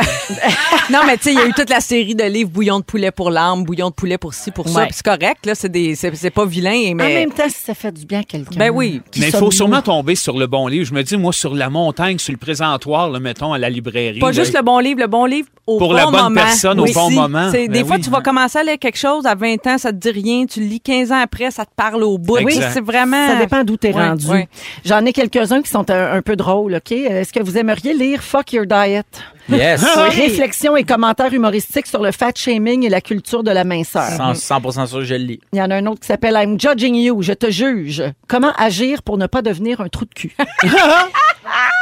Speaker 12: non, mais tu sais, il y a eu toute la série de livres Bouillon de poulet pour l'âme, Bouillon de poulet pour ci, pour ça.
Speaker 5: Ouais.
Speaker 12: Puis c'est correct, là, c'est des- c'est c'est pas vilain, mais.
Speaker 5: En même temps, si ça fait du bien à quelqu'un.
Speaker 12: Ben oui.
Speaker 5: qui
Speaker 6: Mais il faut
Speaker 5: sommes-nous?
Speaker 6: sûrement tomber sur le bon livre. Je me dis, moi, sur la montagne, sur le présentoir, là, mettons, à la librairie.
Speaker 12: Pas
Speaker 6: là,
Speaker 12: juste le bon livre, le bon livre au
Speaker 6: Pour
Speaker 12: bon
Speaker 6: la bonne
Speaker 12: moment.
Speaker 6: personne, au bon
Speaker 12: si.
Speaker 6: moment.
Speaker 12: C'est-
Speaker 6: Ben
Speaker 12: des fois,
Speaker 6: oui.
Speaker 12: tu vas commencer à lire quelque chose à 20 ans, ça te dit rien. Tu le lis 15 ans après, ça te parle au bout.
Speaker 5: Oui,
Speaker 12: Oui, c'est vraiment.
Speaker 5: Ça dépend d'où t'es
Speaker 12: Ah. Ouais,
Speaker 5: rendu.
Speaker 12: ouais.
Speaker 5: J'en ai quelques-uns qui sont un, un peu drôles, OK? Est-ce que vous aimeriez lire Fuck Your Diet?
Speaker 8: Yes.
Speaker 12: Ah
Speaker 5: Oui. Réflexions et commentaires humoristiques sur le fat shaming et la culture de la minceur.
Speaker 8: 100%, 100% sûr, je le lis.
Speaker 5: Il y en a un autre qui s'appelle I'm judging you, je te juge. Comment agir pour ne pas devenir un trou de cul?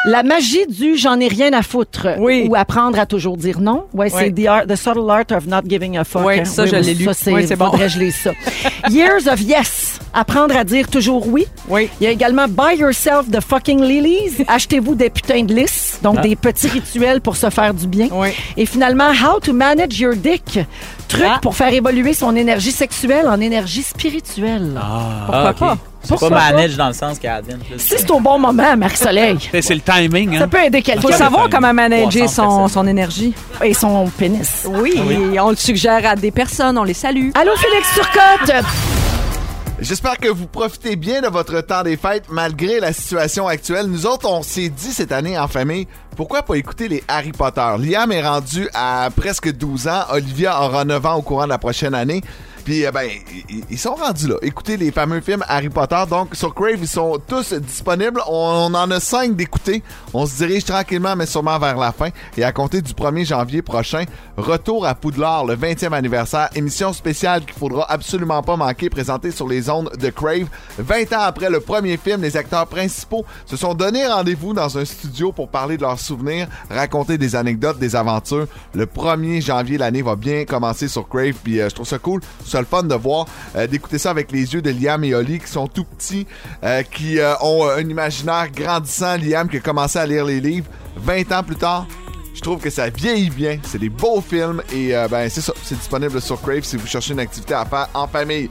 Speaker 5: La magie du j'en ai rien à foutre ou apprendre à toujours dire non. Ouais, c'est
Speaker 12: Ouais.
Speaker 5: the, art- the subtle art of not giving a fuck.
Speaker 12: Ouais,
Speaker 5: hein.
Speaker 12: ça, je l'ai lu.
Speaker 5: Ça, c'est
Speaker 12: Ouais, c'est bon.
Speaker 5: faudrait que je lise ça. Years of yes, apprendre à dire toujours oui.
Speaker 12: Oui.
Speaker 5: Il y a également buy yourself the fucking lilies, achetez-vous des putains de lys, donc
Speaker 12: Ah.
Speaker 5: des petits rituels pour se faire du bien. Et finalement how to manage your dick, truc pour faire évoluer son énergie sexuelle en énergie spirituelle. Pourquoi
Speaker 8: Ah, ok.
Speaker 5: pas?
Speaker 8: C'est
Speaker 5: Pourquoi
Speaker 8: pas manage dans le sens qu'Adine.
Speaker 5: Si c'est au bon moment, Marc-Soleil.
Speaker 6: C'est c'est le timing. hein.
Speaker 5: Ça peut aider quelqu'un.
Speaker 12: Faut savoir comment manager son, son énergie.
Speaker 5: Et son pénis.
Speaker 12: Oui,
Speaker 6: Ah
Speaker 12: et on le suggère à des personnes, on les salue.
Speaker 5: Allô, Félix Turcotte!
Speaker 4: J'espère que vous profitez bien de votre temps des fêtes malgré la situation actuelle. Nous autres, on s'est dit cette année en famille, pourquoi pas écouter les Harry Potter? Liam est rendu à presque 12 ans, Olivia aura 9 ans au courant de la prochaine année. Puis, eh ben, i- i- ils sont rendus là. Écoutez les fameux films Harry Potter. Donc, sur Crave, ils sont tous disponibles. On, on en a 5 d'écouter. On se dirige tranquillement, mais sûrement vers la fin. Et à compter du 1er janvier prochain, retour à Poudlard, le 20e anniversaire. Émission spéciale qu'il faudra absolument pas manquer, présentée sur les ondes de Crave. 20 ans après le premier film, les acteurs principaux se sont donné rendez-vous dans un studio pour parler de leurs souvenirs, raconter des anecdotes, des aventures. Le 1er janvier, l'année va bien commencer sur Crave, puis euh, je trouve ça cool. C'est le fun de voir, euh, d'écouter ça avec les yeux de Liam et Oli qui sont tout petits, euh, qui euh, ont euh, un imaginaire grandissant. Liam qui a commencé à lire les livres 20 ans plus tard. Je trouve que ça vieillit bien, c'est des beaux films et euh, ben c'est ça, c'est disponible sur Crave si vous cherchez une activité à faire en famille.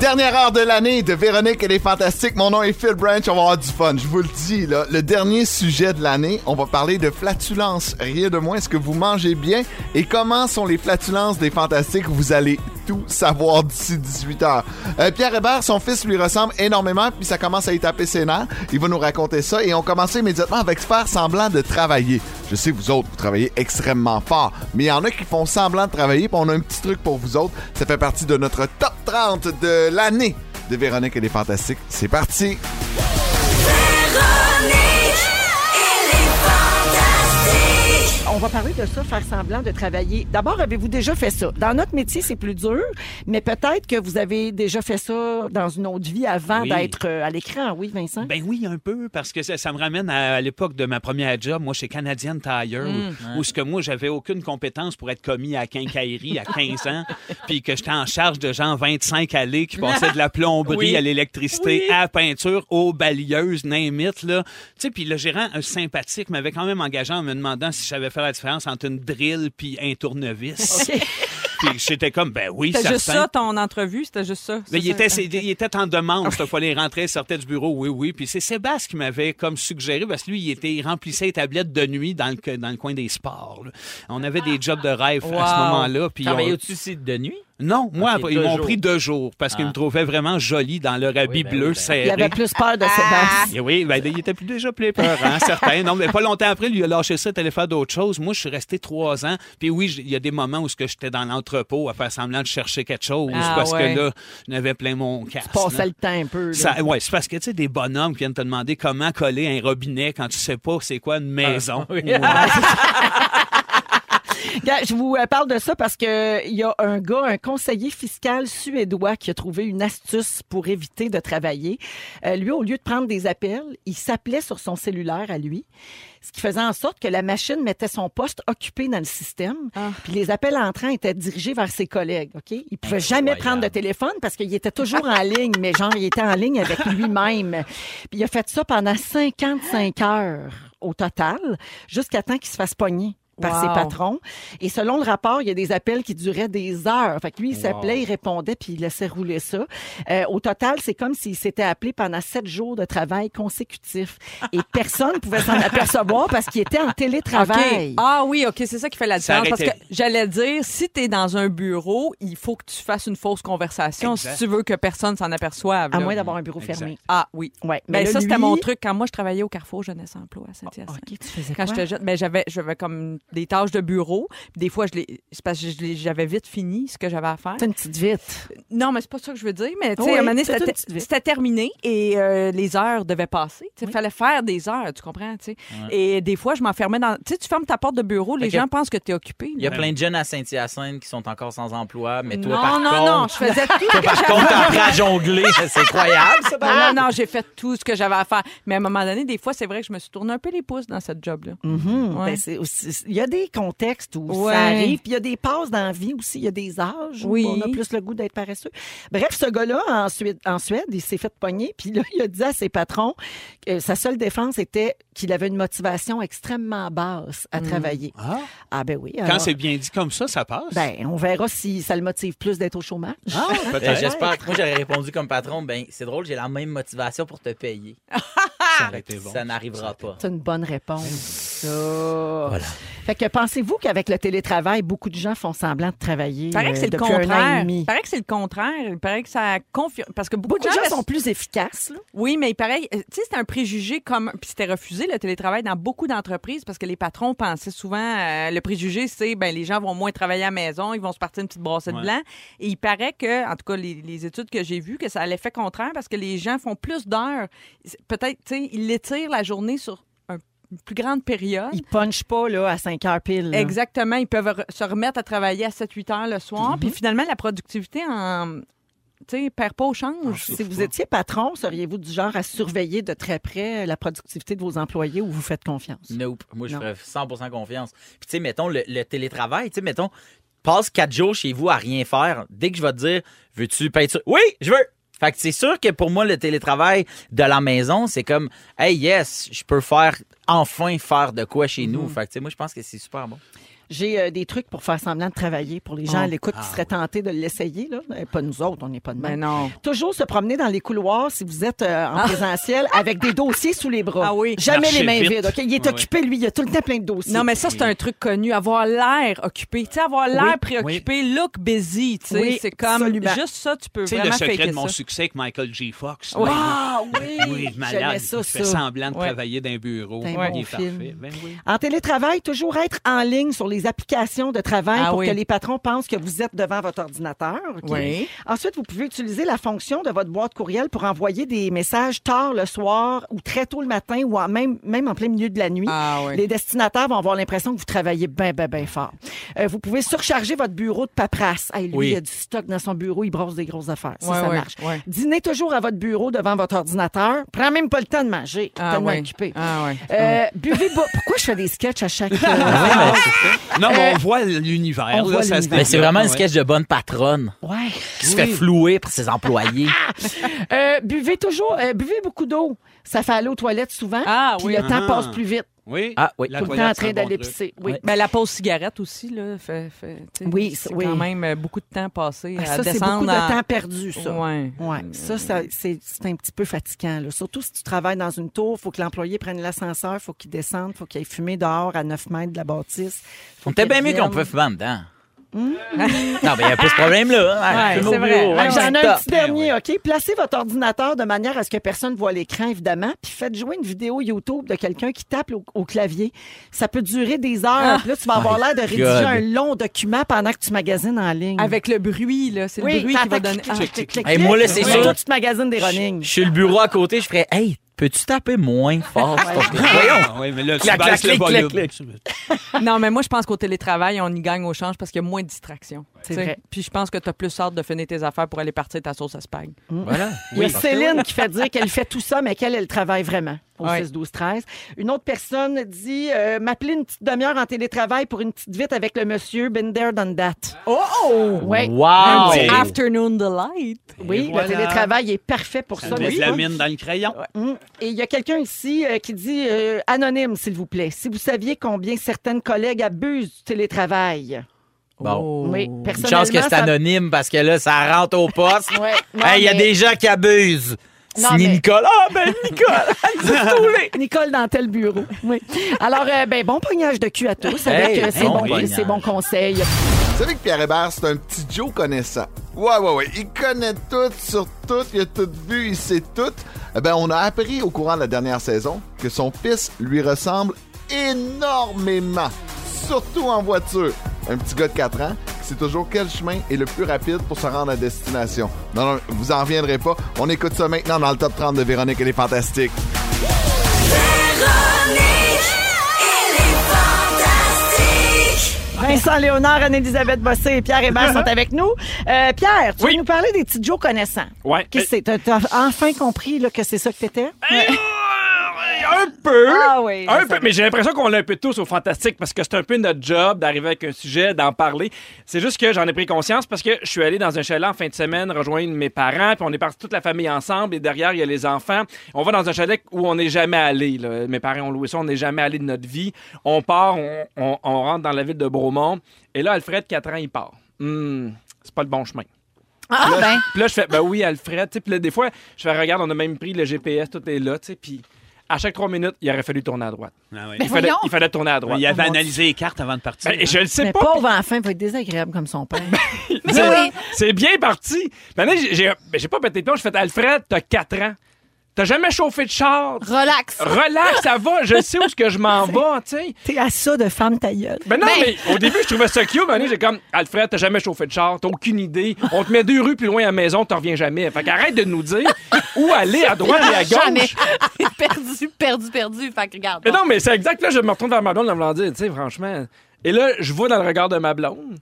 Speaker 4: Dernière heure de l'année de Véronique, elle est fantastique. Mon nom est Phil Branch, on va avoir du fun. Je vous le dis, là, le dernier sujet de l'année, on va parler de flatulences. Rien de moins, est-ce que vous mangez bien et comment sont les flatulences des fantastiques? Vous allez tout savoir d'ici 18 heures. Euh, Pierre Hébert, son fils lui ressemble énormément, puis ça commence à y taper ses nerfs. Il va nous raconter ça et on commence immédiatement avec faire semblant de travailler. Je sais, vous autres, vous travaillez extrêmement fort, mais il y en a qui font semblant de travailler, puis on a un petit truc pour vous autres. Ça fait partie de notre top 30 de l'année de Véronique et les Fantastiques. C'est parti!
Speaker 5: on va parler de ça, faire semblant de travailler. D'abord, avez-vous déjà fait ça? Dans notre métier, c'est plus dur, mais peut-être que vous avez déjà fait ça dans une autre vie avant
Speaker 6: Oui.
Speaker 5: d'être euh, à l'écran, oui, Vincent?
Speaker 6: Ben oui, un peu, parce que ça, ça me ramène à, à l'époque de ma première job, moi, chez Canadian Tire,
Speaker 5: Mm.
Speaker 6: où, où ce que moi, j'avais aucune compétence pour être commis à quincaillerie à 15 ans, puis que j'étais en charge de gens 25 allées qui passaient de la plomberie
Speaker 8: Oui.
Speaker 6: à l'électricité, à la peinture, aux balayeuses, name it, là. Tu sais, puis le gérant euh, sympathique m'avait quand même engagé en me demandant si je savais faire la différence entre une drill puis un tournevis. puis j'étais comme, ben oui,
Speaker 12: C'était juste
Speaker 6: certain.
Speaker 12: ça, ton entrevue, c'était juste ça. C'est
Speaker 6: Mais il
Speaker 12: ça.
Speaker 6: était, c'est- il était en
Speaker 8: Ah
Speaker 6: demande cette fois-là. Il rentrait, il sortait du bureau, oui, oui. Puis c'est Sébastien qui m'avait comme suggéré, parce que lui, il, était, il remplissait les tablettes de nuit dans le, co- dans le coin des sports. là. On avait des jobs de rêve
Speaker 8: Wow.
Speaker 6: à ce moment-là. puis on-
Speaker 8: Travaillais-tu ici de nuit?
Speaker 6: Non, moi,
Speaker 8: Ok,
Speaker 6: ils
Speaker 8: deux
Speaker 6: m'ont
Speaker 8: jours.
Speaker 6: pris deux jours parce qu'ils
Speaker 8: Ah.
Speaker 6: me trouvaient vraiment joli dans leur habit
Speaker 8: ben oui,
Speaker 6: bleu
Speaker 8: ben oui.
Speaker 6: serré.
Speaker 5: Il avait plus peur de Sébastien.
Speaker 6: Et oui, ben, il était plus déjà plus peur, hein, certain. Non, mais pas longtemps après, lui, il a lâché ça, il allait faire d'autres choses. Moi, je suis resté trois ans. Puis oui, j- il y a des moments où ce que j'étais dans l'entrepôt à faire semblant de chercher quelque chose
Speaker 5: Ah,
Speaker 6: parce
Speaker 5: ouais.
Speaker 6: que là, je n'avais plein mon casque.
Speaker 5: Passer
Speaker 6: là.
Speaker 5: le temps un peu. là.
Speaker 6: Ça- ouais, c'est parce que tu sais des bonhommes qui viennent te demander comment coller un robinet quand tu sais pas c'est quoi une
Speaker 8: Ah.
Speaker 6: maison. Ouais.
Speaker 5: Gars, je vous euh, parle de ça parce que il y a un gars, un conseiller fiscal suédois qui a trouvé une astuce pour éviter de travailler. Euh, lui, au lieu de prendre des appels, il s'appelait sur son cellulaire à lui, ce qui faisait en sorte que la machine mettait son poste occupé dans le système, puis les appels entrants étaient dirigés vers ses collègues. Ok, il pouvait jamais prendre de téléphone parce qu'il était toujours en ligne, mais genre il était en ligne avec lui-même. Puis il a fait ça pendant 55 heures au total, jusqu'à temps qu'il se fasse pogner par ses
Speaker 12: Wow.
Speaker 5: patrons patron. Et selon le rapport, il y a des appels qui duraient des heures. Fait que lui, il s'appelait, il répondait, puis il laissait rouler ça. Euh, au total, c'est comme s'il s'était appelé pendant sept jours de travail consécutif. Et personne ne pouvait s'en apercevoir parce qu'il était en télétravail.
Speaker 12: OK. Ah oui, OK, c'est ça qui fait la
Speaker 5: Ça
Speaker 12: différence. Parce que
Speaker 5: arrêtait.
Speaker 12: j'allais dire, si tu es dans un bureau, il faut que tu fasses une fausse conversation
Speaker 5: Exact.
Speaker 12: si tu veux que personne s'en aperçoive.
Speaker 5: À
Speaker 12: là.
Speaker 5: moins d'avoir un bureau fermé.
Speaker 12: Ah oui.
Speaker 5: Ouais.
Speaker 12: Ben,
Speaker 5: là,
Speaker 12: ça, c'était
Speaker 5: lui- Ah,
Speaker 12: mon truc. Quand moi, je travaillais au Carrefour Jeunesse Emploi à Saint-Hyacinthe. Quand
Speaker 5: quoi?
Speaker 12: j'étais jeune, ben, j'avais, j'avais comme des tâches de bureau. Puis Des fois, je les, c'est parce que je les- j'avais vite fini ce que j'avais à faire.
Speaker 5: T'as une petite vite.
Speaker 12: Non, mais c'est pas ça que je veux dire. Mais tu sais,
Speaker 5: Oui,
Speaker 12: à un moment donné,
Speaker 5: t'as une
Speaker 12: c'était,
Speaker 5: petite vite.
Speaker 12: c'était terminé et euh, les heures devaient passer. Il fallait faire des heures, tu comprends? tu sais. Et des fois, je m'enfermais dans. Tu sais, tu fermes ta porte de bureau, les
Speaker 8: Fait que-
Speaker 12: gens pensent que tu es occupé.
Speaker 8: Il y a plein de jeunes à Saint-Hyacinthe qui sont encore sans emploi, mais toi,
Speaker 12: Non,
Speaker 8: par
Speaker 12: non,
Speaker 8: contre...
Speaker 12: non, je faisais tout
Speaker 8: Toi,
Speaker 12: que
Speaker 8: par
Speaker 12: j'avais.
Speaker 8: contre, t'apprends à jongler. C'est incroyable, ça,
Speaker 5: Ah.
Speaker 8: par
Speaker 12: Non, non, j'ai fait tout ce que j'avais à faire. Mais à un moment donné, des fois, c'est vrai que je me suis tourné un peu les pouces dans cette job-là.
Speaker 5: Mhm.
Speaker 12: Mm-hmm, Ouais.
Speaker 5: Ben, c'est aussi- il y a des contextes où
Speaker 12: Ouais.
Speaker 5: ça arrive, puis il y a des passes dans la vie aussi, il y a des âges
Speaker 12: Oui.
Speaker 5: où on a plus le goût d'être paresseux. Bref, ce gars-là, en Suède, en Suède, il s'est fait pogner, puis là, il a dit à ses patrons que sa seule défense était qu'il avait une motivation extrêmement basse
Speaker 12: Mm.
Speaker 5: à travailler.
Speaker 6: Ah.
Speaker 5: ben oui.
Speaker 6: Quand
Speaker 5: alors-
Speaker 6: c'est bien dit comme ça, ça passe.
Speaker 5: Ben, on verra si ça le motive plus d'être au chômage.
Speaker 12: Ah.
Speaker 8: Ben,
Speaker 5: euh,
Speaker 8: J'espère que moi, j'aurais répondu comme patron, ben c'est drôle, j'ai la même motivation pour te payer. ça aurait été bon. Ça n'arrivera pas.
Speaker 5: C'est une bonne réponse. Ça. Fait que pensez-vous qu'avec le télétravail, beaucoup de gens font semblant de travailler
Speaker 12: Il paraît que
Speaker 5: euh,
Speaker 12: c'est le
Speaker 5: depuis un an et
Speaker 12: contraire.
Speaker 5: demi?
Speaker 12: Il paraît que c'est le contraire. Il paraît que ça confirme. Parce que beaucoup,
Speaker 5: Beaucoup de gens
Speaker 12: restent-
Speaker 5: sont plus efficaces. là.
Speaker 12: Oui, mais pareil, euh, tu sais, c'est un préjugé comme puis c'était refusé le télétravail dans beaucoup d'entreprises parce que les patrons pensaient souvent euh, le préjugé c'est ben les gens vont moins travailler à la maison, ils vont se partir une petite brassée de
Speaker 13: Ouais.
Speaker 12: blanc et il paraît que en tout cas les, les études que j'ai vues que ça a l'effet contraire parce que les gens font plus d'heures, C'est- peut-être tu sais, ils l'étirent la journée sur un- une plus grande période.
Speaker 5: Ils punchent pas là, à 5 heures pile. là.
Speaker 12: Exactement, ils peuvent re- se remettre à travailler à 7-8 heures le soir. Puis finalement, la productivité en. Tu sais, perd pas au change.
Speaker 5: Si vous étiez patron, seriez-vous du genre à surveiller de très près la productivité de vos employés ou vous faites confiance?
Speaker 8: Nope. Moi, je
Speaker 5: Non.
Speaker 8: ferais 100 confiance. Puis, tu sais, mettons, le, le télétravail, tu sais, mettons, passe quatre jours chez vous à rien faire. Dès que je vais te dire, veux-tu peinture? Oui, je veux! Fait que c'est sûr que pour moi, le télétravail de la maison, c'est comme, hey, yes, je peux faire, enfin faire de quoi chez
Speaker 5: Mhm.
Speaker 8: nous. Fait que, tu sais, moi, je pense que c'est super bon.
Speaker 5: J'ai euh, des trucs pour faire semblant de travailler pour les gens
Speaker 8: Oh.
Speaker 5: à l'écoute
Speaker 8: Ah,
Speaker 5: qui seraient tentés de l'essayer. Là. Euh, Pas nous autres, on n'est pas de
Speaker 12: Ben
Speaker 5: même.
Speaker 12: non.
Speaker 5: Toujours se promener dans les couloirs si vous êtes euh, en présentiel avec des dossiers sous les bras.
Speaker 12: Ah oui.
Speaker 5: Jamais
Speaker 12: Marcher
Speaker 5: les mains
Speaker 12: vite.
Speaker 5: vides. ok? Il est
Speaker 12: Ah oui.
Speaker 5: occupé, lui. Il a tout le temps plein de dossiers.
Speaker 12: Non, mais ça, c'est un truc connu. Avoir l'air occupé. Tu sais, avoir l'air préoccupé, look busy. Tu sais,
Speaker 5: Oui,
Speaker 12: c'est comme
Speaker 5: absolument.
Speaker 12: juste ça, tu peux
Speaker 6: Tu sais,
Speaker 12: vraiment
Speaker 6: le secret
Speaker 12: faker
Speaker 6: de
Speaker 12: ça.
Speaker 6: mon succès avec Michael J. Fox.
Speaker 12: Ouais.
Speaker 6: ben,
Speaker 12: Ah,
Speaker 5: oui!
Speaker 6: Oui,
Speaker 5: J'aimais
Speaker 6: malade.
Speaker 5: ça,
Speaker 6: il fait
Speaker 5: ça.
Speaker 6: semblant de
Speaker 5: Ouais.
Speaker 6: travailler dans un bureau.
Speaker 5: C'est un
Speaker 6: Il
Speaker 5: bon
Speaker 6: est
Speaker 5: film.
Speaker 6: parfait. Ben oui.
Speaker 5: En télétravail, toujours être en ligne sur les les applications de travail
Speaker 12: Ah
Speaker 5: pour
Speaker 12: oui.
Speaker 5: que les patrons pensent que vous êtes devant votre ordinateur. ok?
Speaker 12: Oui.
Speaker 5: Ensuite, vous pouvez utiliser la fonction de votre boîte courriel pour envoyer des messages tard le soir ou très tôt le matin ou en même, même en plein milieu de la nuit.
Speaker 12: Ah
Speaker 5: Les destinataires vont avoir l'impression que vous travaillez bien, bien, bien fort. Euh, vous pouvez surcharger votre bureau de paperasse. Hey, lui,
Speaker 12: Oui.
Speaker 5: il a du stock dans son bureau, il brosse des grosses affaires. Ça,
Speaker 12: Ouais,
Speaker 5: ça
Speaker 12: ouais,
Speaker 5: marche.
Speaker 12: ouais.
Speaker 5: Dînez toujours à votre bureau devant votre ordinateur. Prends même pas le temps de manger.
Speaker 12: Ah
Speaker 5: tellement
Speaker 12: ouais.
Speaker 5: occupé.
Speaker 12: Ah ouais.
Speaker 5: Euh, Buvez beau- Pourquoi je fais des sketchs à chaque. euh,
Speaker 6: Non, mais
Speaker 5: Euh,
Speaker 6: on voit l'univers.
Speaker 5: on voit
Speaker 6: là, ça se
Speaker 5: l'univers.
Speaker 8: Mais c'est vraiment une
Speaker 6: développe,
Speaker 8: sketch de bonne patronne
Speaker 5: Ouais.
Speaker 8: qui se fait flouer par ses employés.
Speaker 5: Euh, buvez toujours, euh, buvez beaucoup d'eau. Ça fait aller aux toilettes souvent. Ah,
Speaker 8: oui.
Speaker 5: le temps
Speaker 8: Ah.
Speaker 5: passe plus vite.
Speaker 6: Oui.
Speaker 8: Ah, oui.
Speaker 5: Tout le temps en train d'aller pisser. Oui.
Speaker 12: Mais Ben, la pause cigarette aussi, là, fait, fait, tu sais,
Speaker 5: Oui,
Speaker 12: c'est
Speaker 5: oui.
Speaker 12: quand même euh, beaucoup de temps passé
Speaker 5: Ah,
Speaker 12: à
Speaker 5: ça, c'est
Speaker 12: descendre.
Speaker 5: beaucoup de
Speaker 12: en-
Speaker 5: temps perdu, ça. Mm.
Speaker 12: Ouais.
Speaker 5: Ouais. Ça, ça, c'est c'est un petit peu fatigant. là. Surtout si tu travailles dans une tour, il faut que l'employé prenne l'ascenseur, il faut qu'il descende, il faut qu'il aille fumer dehors à 9 mètres de la bâtisse.
Speaker 8: On était bien mieux qu'on peut fumer en dedans. Non, mais il n'y a pas ce problème-là. hein.
Speaker 5: Hmm? Ouais,
Speaker 8: Fume au
Speaker 5: c'est vrai.
Speaker 8: bureau,
Speaker 5: Fait
Speaker 8: hein,
Speaker 5: que Ah, J'en ai
Speaker 8: c'est
Speaker 5: un
Speaker 8: top.
Speaker 5: petit dernier,
Speaker 8: Ben
Speaker 5: OK? Placez votre ordinateur de manière à ce que personne ne voit l'écran, évidemment, puis faites jouer une vidéo YouTube de quelqu'un qui tape au, au clavier. Ça peut durer des heures.
Speaker 12: Ah.
Speaker 5: Puis là, tu vas avoir
Speaker 12: My
Speaker 5: l'air de rédiger
Speaker 12: God.
Speaker 5: un long document pendant que tu magasines en ligne.
Speaker 12: Avec le bruit, là, c'est
Speaker 5: Oui,
Speaker 12: le bruit qui va
Speaker 5: t'attaques,
Speaker 12: donner. Ah,
Speaker 5: clic, clic, clic, clic,
Speaker 8: Hey,
Speaker 5: clic.
Speaker 8: moi, là, c'est
Speaker 5: Oui.
Speaker 8: sûr.
Speaker 5: Toi, tu te magasines des running.
Speaker 8: Je suis le bureau à côté, je ferais Hey, peux-tu taper moins fort? s'il te plaît? Voyons!
Speaker 6: Ah, Oui, mais là, tu
Speaker 8: Clac,
Speaker 6: baisses
Speaker 8: clac,
Speaker 6: le
Speaker 8: clic,
Speaker 6: volume.
Speaker 8: clic,
Speaker 12: Ah. non, mais moi, je pense qu'au télétravail, on y gagne au change parce qu'il y a moins de distractions.
Speaker 5: C'est
Speaker 12: Tu sais.
Speaker 5: vrai.
Speaker 12: Puis je pense que tu as plus hâte de finir tes affaires pour aller partir ta sauce à spag.
Speaker 8: Voilà.
Speaker 5: Il y a Céline qui fait dire qu'elle fait tout ça, mais qu'elle, elle travaille vraiment au
Speaker 12: Ouais.
Speaker 5: 6, 12, 13. Une autre personne dit euh, M'appeler une petite demi-heure en télétravail pour une petite vite avec le monsieur, been there, done that.
Speaker 12: Oh! oh!
Speaker 5: Ah Ouais.
Speaker 8: Wow!
Speaker 12: Un petit
Speaker 6: Oui.
Speaker 12: afternoon delight.
Speaker 5: Oui,
Speaker 6: voilà.
Speaker 5: le télétravail est parfait pour ça.
Speaker 6: Ça met
Speaker 5: n'est-ce
Speaker 6: de la
Speaker 5: pas?
Speaker 6: mine dans le crayon.
Speaker 5: Mm. Et il y a quelqu'un ici euh, qui dit euh, Anonyme, s'il vous plaît. Si vous saviez combien certaines collègues abusent du télétravail.
Speaker 8: Bon.
Speaker 5: Oui,
Speaker 8: Oh. Une chance que
Speaker 5: personnellement,
Speaker 8: c'est
Speaker 5: ça-
Speaker 8: anonyme parce que là, ça rentre au poste.
Speaker 5: Ouais, non,
Speaker 8: hey, il y a
Speaker 5: mais-
Speaker 8: des gens qui abusent.
Speaker 5: Non,
Speaker 8: Signé
Speaker 5: mais-
Speaker 8: Nicole. Ah, ben Nicole!
Speaker 5: Nicole dans tel bureau. Oui. Alors, euh, ben, bon pognage de cul à tous avec
Speaker 4: Hey,
Speaker 5: euh, ces
Speaker 4: bon
Speaker 5: bons-
Speaker 4: pognage.
Speaker 5: ces bons conseils.
Speaker 4: Vous savez que Pierre Hébert, c'est un petit Joe connaissant. Ouais, ouais, ouais. Il connaît tout sur tout. Il a tout vu. Il sait tout. Eh ben, on a appris au courant de la dernière saison que son fils lui ressemble énormément. Surtout en voiture. Un petit gars de 4 ans, c'est toujours quel chemin est le plus rapide pour se rendre à destination. Non, non, vous en reviendrez pas. On écoute ça maintenant dans le top 30 de Véronique. Elle est fantastique.
Speaker 5: Vincent Léonard, Anne-Elisabeth Bossé et Pierre Hébert sont avec nous. Euh, Pierre, tu veux nous parler des petits Joe connaissants.
Speaker 6: Ouais.
Speaker 8: Euh,
Speaker 5: Qu'est-ce que c'est? T'as- T'as enfin compris là, que c'est ça que t'étais?
Speaker 8: Ben,
Speaker 13: Un peu.
Speaker 5: Ah oui,
Speaker 13: Un
Speaker 5: je
Speaker 13: peu, mais j'ai l'impression qu'on l'a un peu tous au fantastique parce que c'est un peu notre job d'arriver avec un sujet, d'en parler. C'est juste que j'en ai pris conscience parce que je suis allé dans un chalet en fin de semaine rejoindre mes parents, puis on est parti toute la famille ensemble et derrière il y a les enfants. On va dans un chalet où on n'est jamais allé. là. Mes parents ont loué ça, on n'est jamais allé de notre vie. On part, on, on- on rentre dans la ville de Bromont et là Alfred, 4 ans, il part. Hmm, c'est pas le bon chemin.
Speaker 5: Ah,
Speaker 13: Puis là,
Speaker 5: ben.
Speaker 13: Puis là, je fais, ben oui, Alfred. tu sais. Puis là, des fois, je fais, regarde, on a même pris le GPS, tout est là, tu sais. Puis à chaque trois minutes, il aurait fallu tourner à droite.
Speaker 6: Ah oui.
Speaker 5: Ben,
Speaker 13: il, fallait,
Speaker 5: voyons.
Speaker 13: il fallait tourner à droite.
Speaker 6: Il avait analysé les cartes avant de partir.
Speaker 13: Ben, je le sais
Speaker 5: Mais
Speaker 13: pas.
Speaker 5: pauvre enfant, va être désagréable comme son père.
Speaker 13: C'est c'est bien parti. Maintenant, j'ai j'ai- ben, j'ai pas pété de plomb. Je fais, Alfred, t'as 4 ans. T'as jamais chauffé de char.
Speaker 14: Relax.
Speaker 13: Relax, ça va. Je sais où est-ce que je m'en vais, tu sais.
Speaker 5: T'es à ça de femme ta gueule.
Speaker 13: Ben non, mais au début, je trouvais ça cute. mais j'ai comme, Alfred, t'as jamais chauffé de char, t'as aucune idée. On te met deux rues plus loin à la maison, t'en reviens jamais. Fait qu'arrête de nous dire où aller à droite et à gauche.
Speaker 14: Jamais. perdu, perdu, perdu. Fait que regarde.
Speaker 13: Mais non, mais c'est exact. Là, je me retourne vers ma blonde en voulant dire, tu sais, franchement. Et là, je vois dans le regard de ma blonde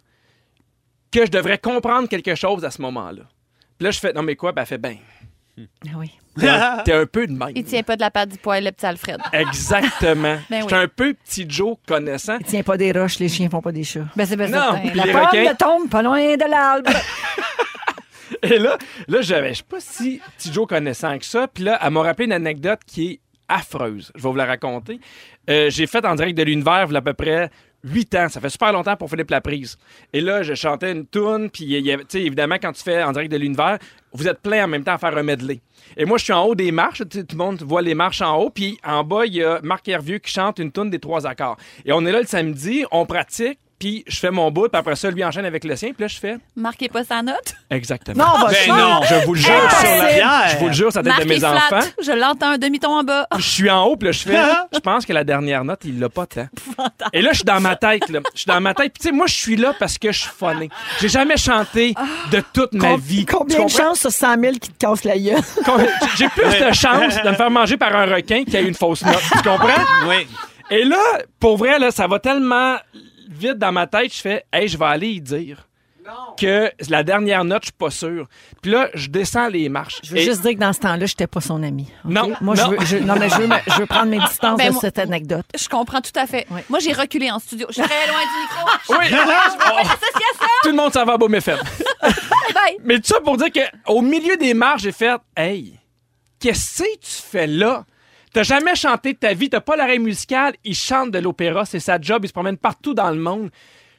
Speaker 13: que je devrais comprendre quelque chose à ce moment-là. Puis là, je fais, non, mais quoi? Ben, elle fait, ben,
Speaker 5: Ah Oui.
Speaker 13: t'es un- t'es un peu de même.
Speaker 14: Il tient pas de la patte du poil, le petit Alfred.
Speaker 13: Exactement.
Speaker 14: Ben oui.
Speaker 13: J'étais un peu petit Joe connaissant.
Speaker 5: Tiens pas des roches, les chiens font pas des chats.
Speaker 14: Ben c'est bien
Speaker 13: Non, certain. puis
Speaker 5: La
Speaker 13: les
Speaker 5: pomme
Speaker 13: requins-
Speaker 5: ne tombe pas loin de l'arbre.
Speaker 13: Et là, là je Euh, ben, je sais pas si petit Joe connaissant que ça. Puis là, elle m'a rappelé une anecdote qui est affreuse. Je vais vous la raconter. Euh, j'ai fait en direct de l'univers, il à peu près. 8 ans, ça fait super longtemps pour Philippe Laprise. Et là, je chantais une toune, puis il y avait- tu sais, évidemment, quand tu fais en direct de l'univers, vous êtes plein en même temps à faire un medley. Et moi, je suis en haut des marches, tu sais, tout le monde voit les marches en haut, puis en bas, il y a Marc Hervieux qui chante une toune des trois accords. Et on est là le samedi, on pratique, puis je fais mon bout, puis après ça, lui enchaîne avec le sien, puis là, je fais.
Speaker 14: Marquez pas sa note.
Speaker 13: Exactement.
Speaker 14: Non, on va
Speaker 13: ben
Speaker 14: chier.
Speaker 13: non, je vous le jure
Speaker 14: Impossible.
Speaker 13: sur la bière. Je vous le jure sur la tête de
Speaker 14: Marquez
Speaker 13: mes
Speaker 14: flat.
Speaker 13: enfants.
Speaker 14: Je l'entends un demi-ton en bas.
Speaker 13: Je suis en haut, puis là, je fais. Je pense que la dernière note, il l'a pas tant. Et là, je suis dans ma tête, là. Je suis dans ma tête. Puis, tu sais, moi, je suis là parce que je suis phoné. J'ai jamais chanté de toute ma
Speaker 7: Com-
Speaker 13: vie. Tu
Speaker 7: Combien de
Speaker 13: comprends?
Speaker 7: chances sur 100 000 qui te cassent la gueule?
Speaker 13: Con- J'ai plus de chance de me faire manger par un requin qu'il y a une fausse note. Tu comprends? Oui. Et là, pour vrai, là, ça va tellement vite dans ma tête, je fais, hey, je vais aller y dire. Que la dernière note, je suis pas sûr. Puis là, je descends les marches.
Speaker 5: Je veux
Speaker 13: Et-
Speaker 5: juste dire que dans ce temps-là, j'étais pas son ami.
Speaker 13: Non,
Speaker 5: Moi,
Speaker 13: non.
Speaker 5: Je, veux, je- non, mais je, veux, me- je veux prendre mes distances
Speaker 14: Ben,
Speaker 5: de
Speaker 14: moi-
Speaker 5: cette anecdote.
Speaker 14: Je comprends tout à fait. Moi, j'ai reculé en studio. Je suis très loin du micro.
Speaker 13: Oui.
Speaker 14: Je vais pas m'associer à ça.
Speaker 13: Tout le monde s'en va à Beauméfait.
Speaker 14: Bye.
Speaker 13: Mais tout ça pour dire qu'au milieu des marches, j'ai fait Hey, qu'est-ce que tu fais là? T'as jamais chanté de ta vie, t'as pas l'oreille musicale, il chante de l'opéra, c'est sa job, il se promène partout dans le monde.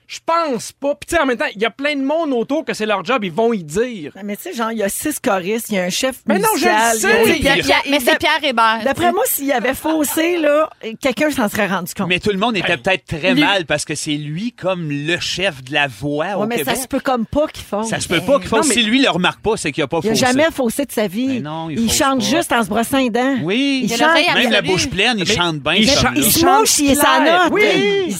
Speaker 13: Je pense pas. Puis tu sais, en même temps, il y a plein de monde autour que c'est leur job, ils vont y dire.
Speaker 7: Mais tu sais, genre, il y a six choristes, il y a un chef
Speaker 13: Mais non, je le
Speaker 7: musical,
Speaker 13: sais!
Speaker 7: il y a-
Speaker 13: Oui,
Speaker 7: il y a-
Speaker 14: mais c'est Pierre Hébert.
Speaker 7: D'après moi, s'il y avait faussé, là, quelqu'un s'en serait rendu compte.
Speaker 6: Mais tout le monde était peut-être très
Speaker 7: Lui-
Speaker 6: mal parce que c'est lui comme le chef de la voix au
Speaker 7: Ouais, mais
Speaker 6: Québec.
Speaker 7: ça se peut comme pas qu'il fausse.
Speaker 6: Ça se peut pas qu'il fasse.
Speaker 7: Non, mais
Speaker 6: Si lui le remarque pas, c'est qu'il a pas
Speaker 7: Il
Speaker 6: faussé.
Speaker 7: n'a jamais faussé de sa vie.
Speaker 6: il
Speaker 7: il
Speaker 6: fausse
Speaker 7: chante
Speaker 6: pas.
Speaker 7: juste en se brossant les dents.
Speaker 6: Oui,
Speaker 7: il chante.
Speaker 6: même la bouche pleine, il chante bien.
Speaker 13: il
Speaker 6: ce
Speaker 13: chante-
Speaker 6: homme-là.
Speaker 7: Il se mouche, il est sa
Speaker 13: Claire,
Speaker 7: note.
Speaker 13: oui.
Speaker 7: Il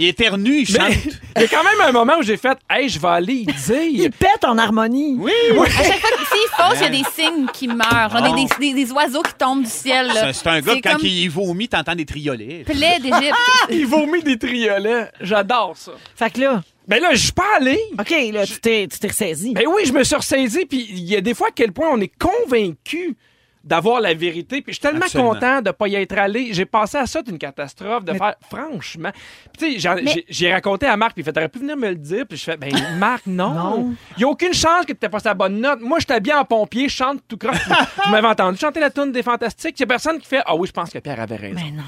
Speaker 6: Il éternue, il
Speaker 13: Mais-
Speaker 6: chante.
Speaker 13: Il y a quand même un moment où j'ai fait Hey, je vais aller y dire.
Speaker 7: pète en harmonie.
Speaker 6: Oui,
Speaker 14: À chaque fois que s'il fausse, il y a des signes qui meurent. Genre
Speaker 6: Non.
Speaker 13: Oh.
Speaker 14: des, des- des- des oiseaux qui tombent du ciel.
Speaker 6: C'est
Speaker 14: là.
Speaker 6: un- c'est un gars, quand
Speaker 14: comme
Speaker 6: il vomit, t'entends des triolets.
Speaker 14: plaie d'Égypte.
Speaker 13: il vomit des triolets. J'adore ça.
Speaker 7: Fait que là.
Speaker 13: Ben là, je suis pas allé.
Speaker 7: OK, là, tu t'es tu t'es ressaisi.
Speaker 13: Ben oui, je me suis ressaisi, puis il y a des fois à quel point on est convaincu d'avoir la vérité, puis je suis tellement
Speaker 6: Absolument.
Speaker 13: content de pas y être allé. J'ai passé à ça d'une catastrophe, de faire franchement. Puis Tu sais, j'en-
Speaker 6: Mais-
Speaker 13: j'ai- j'ai raconté à Marc, puis il fait t'aurais pu venir me le dire, puis je fais ben Marc non, il y a aucune chance que t'aies pas sa bonne note. Moi j'étais bien en pompier, je chante tout croche. Vous m'avez entendu chanter la tune des fantastiques, il y a personne qui fait ah oui je pense que Pierre avait raison.
Speaker 7: Mais non.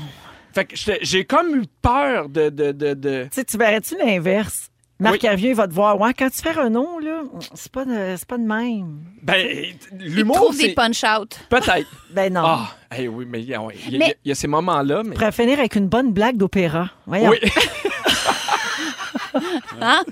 Speaker 13: Fait que j'étais- j'ai comme eu peur de de de, de...
Speaker 7: Tu sais, tu verrais-tu l'inverse? Marc Hervieux, il va te voir. Ouais, quand tu fais Renault, là, c'est pas, de- c'est pas de même.
Speaker 13: ben
Speaker 14: Il
Speaker 13: l'humour
Speaker 14: trouve
Speaker 13: c'est
Speaker 14: des punch-out.
Speaker 13: peut-être.
Speaker 7: Ben non.
Speaker 13: Ah, hey, oui, mais il y, a- ouais, il y a-
Speaker 7: Mais-
Speaker 13: il y a ces moments-là.
Speaker 7: Je
Speaker 13: Mais...
Speaker 7: pourrais finir avec une bonne blague d'opéra. Voyons.
Speaker 13: Oui.
Speaker 14: Hein?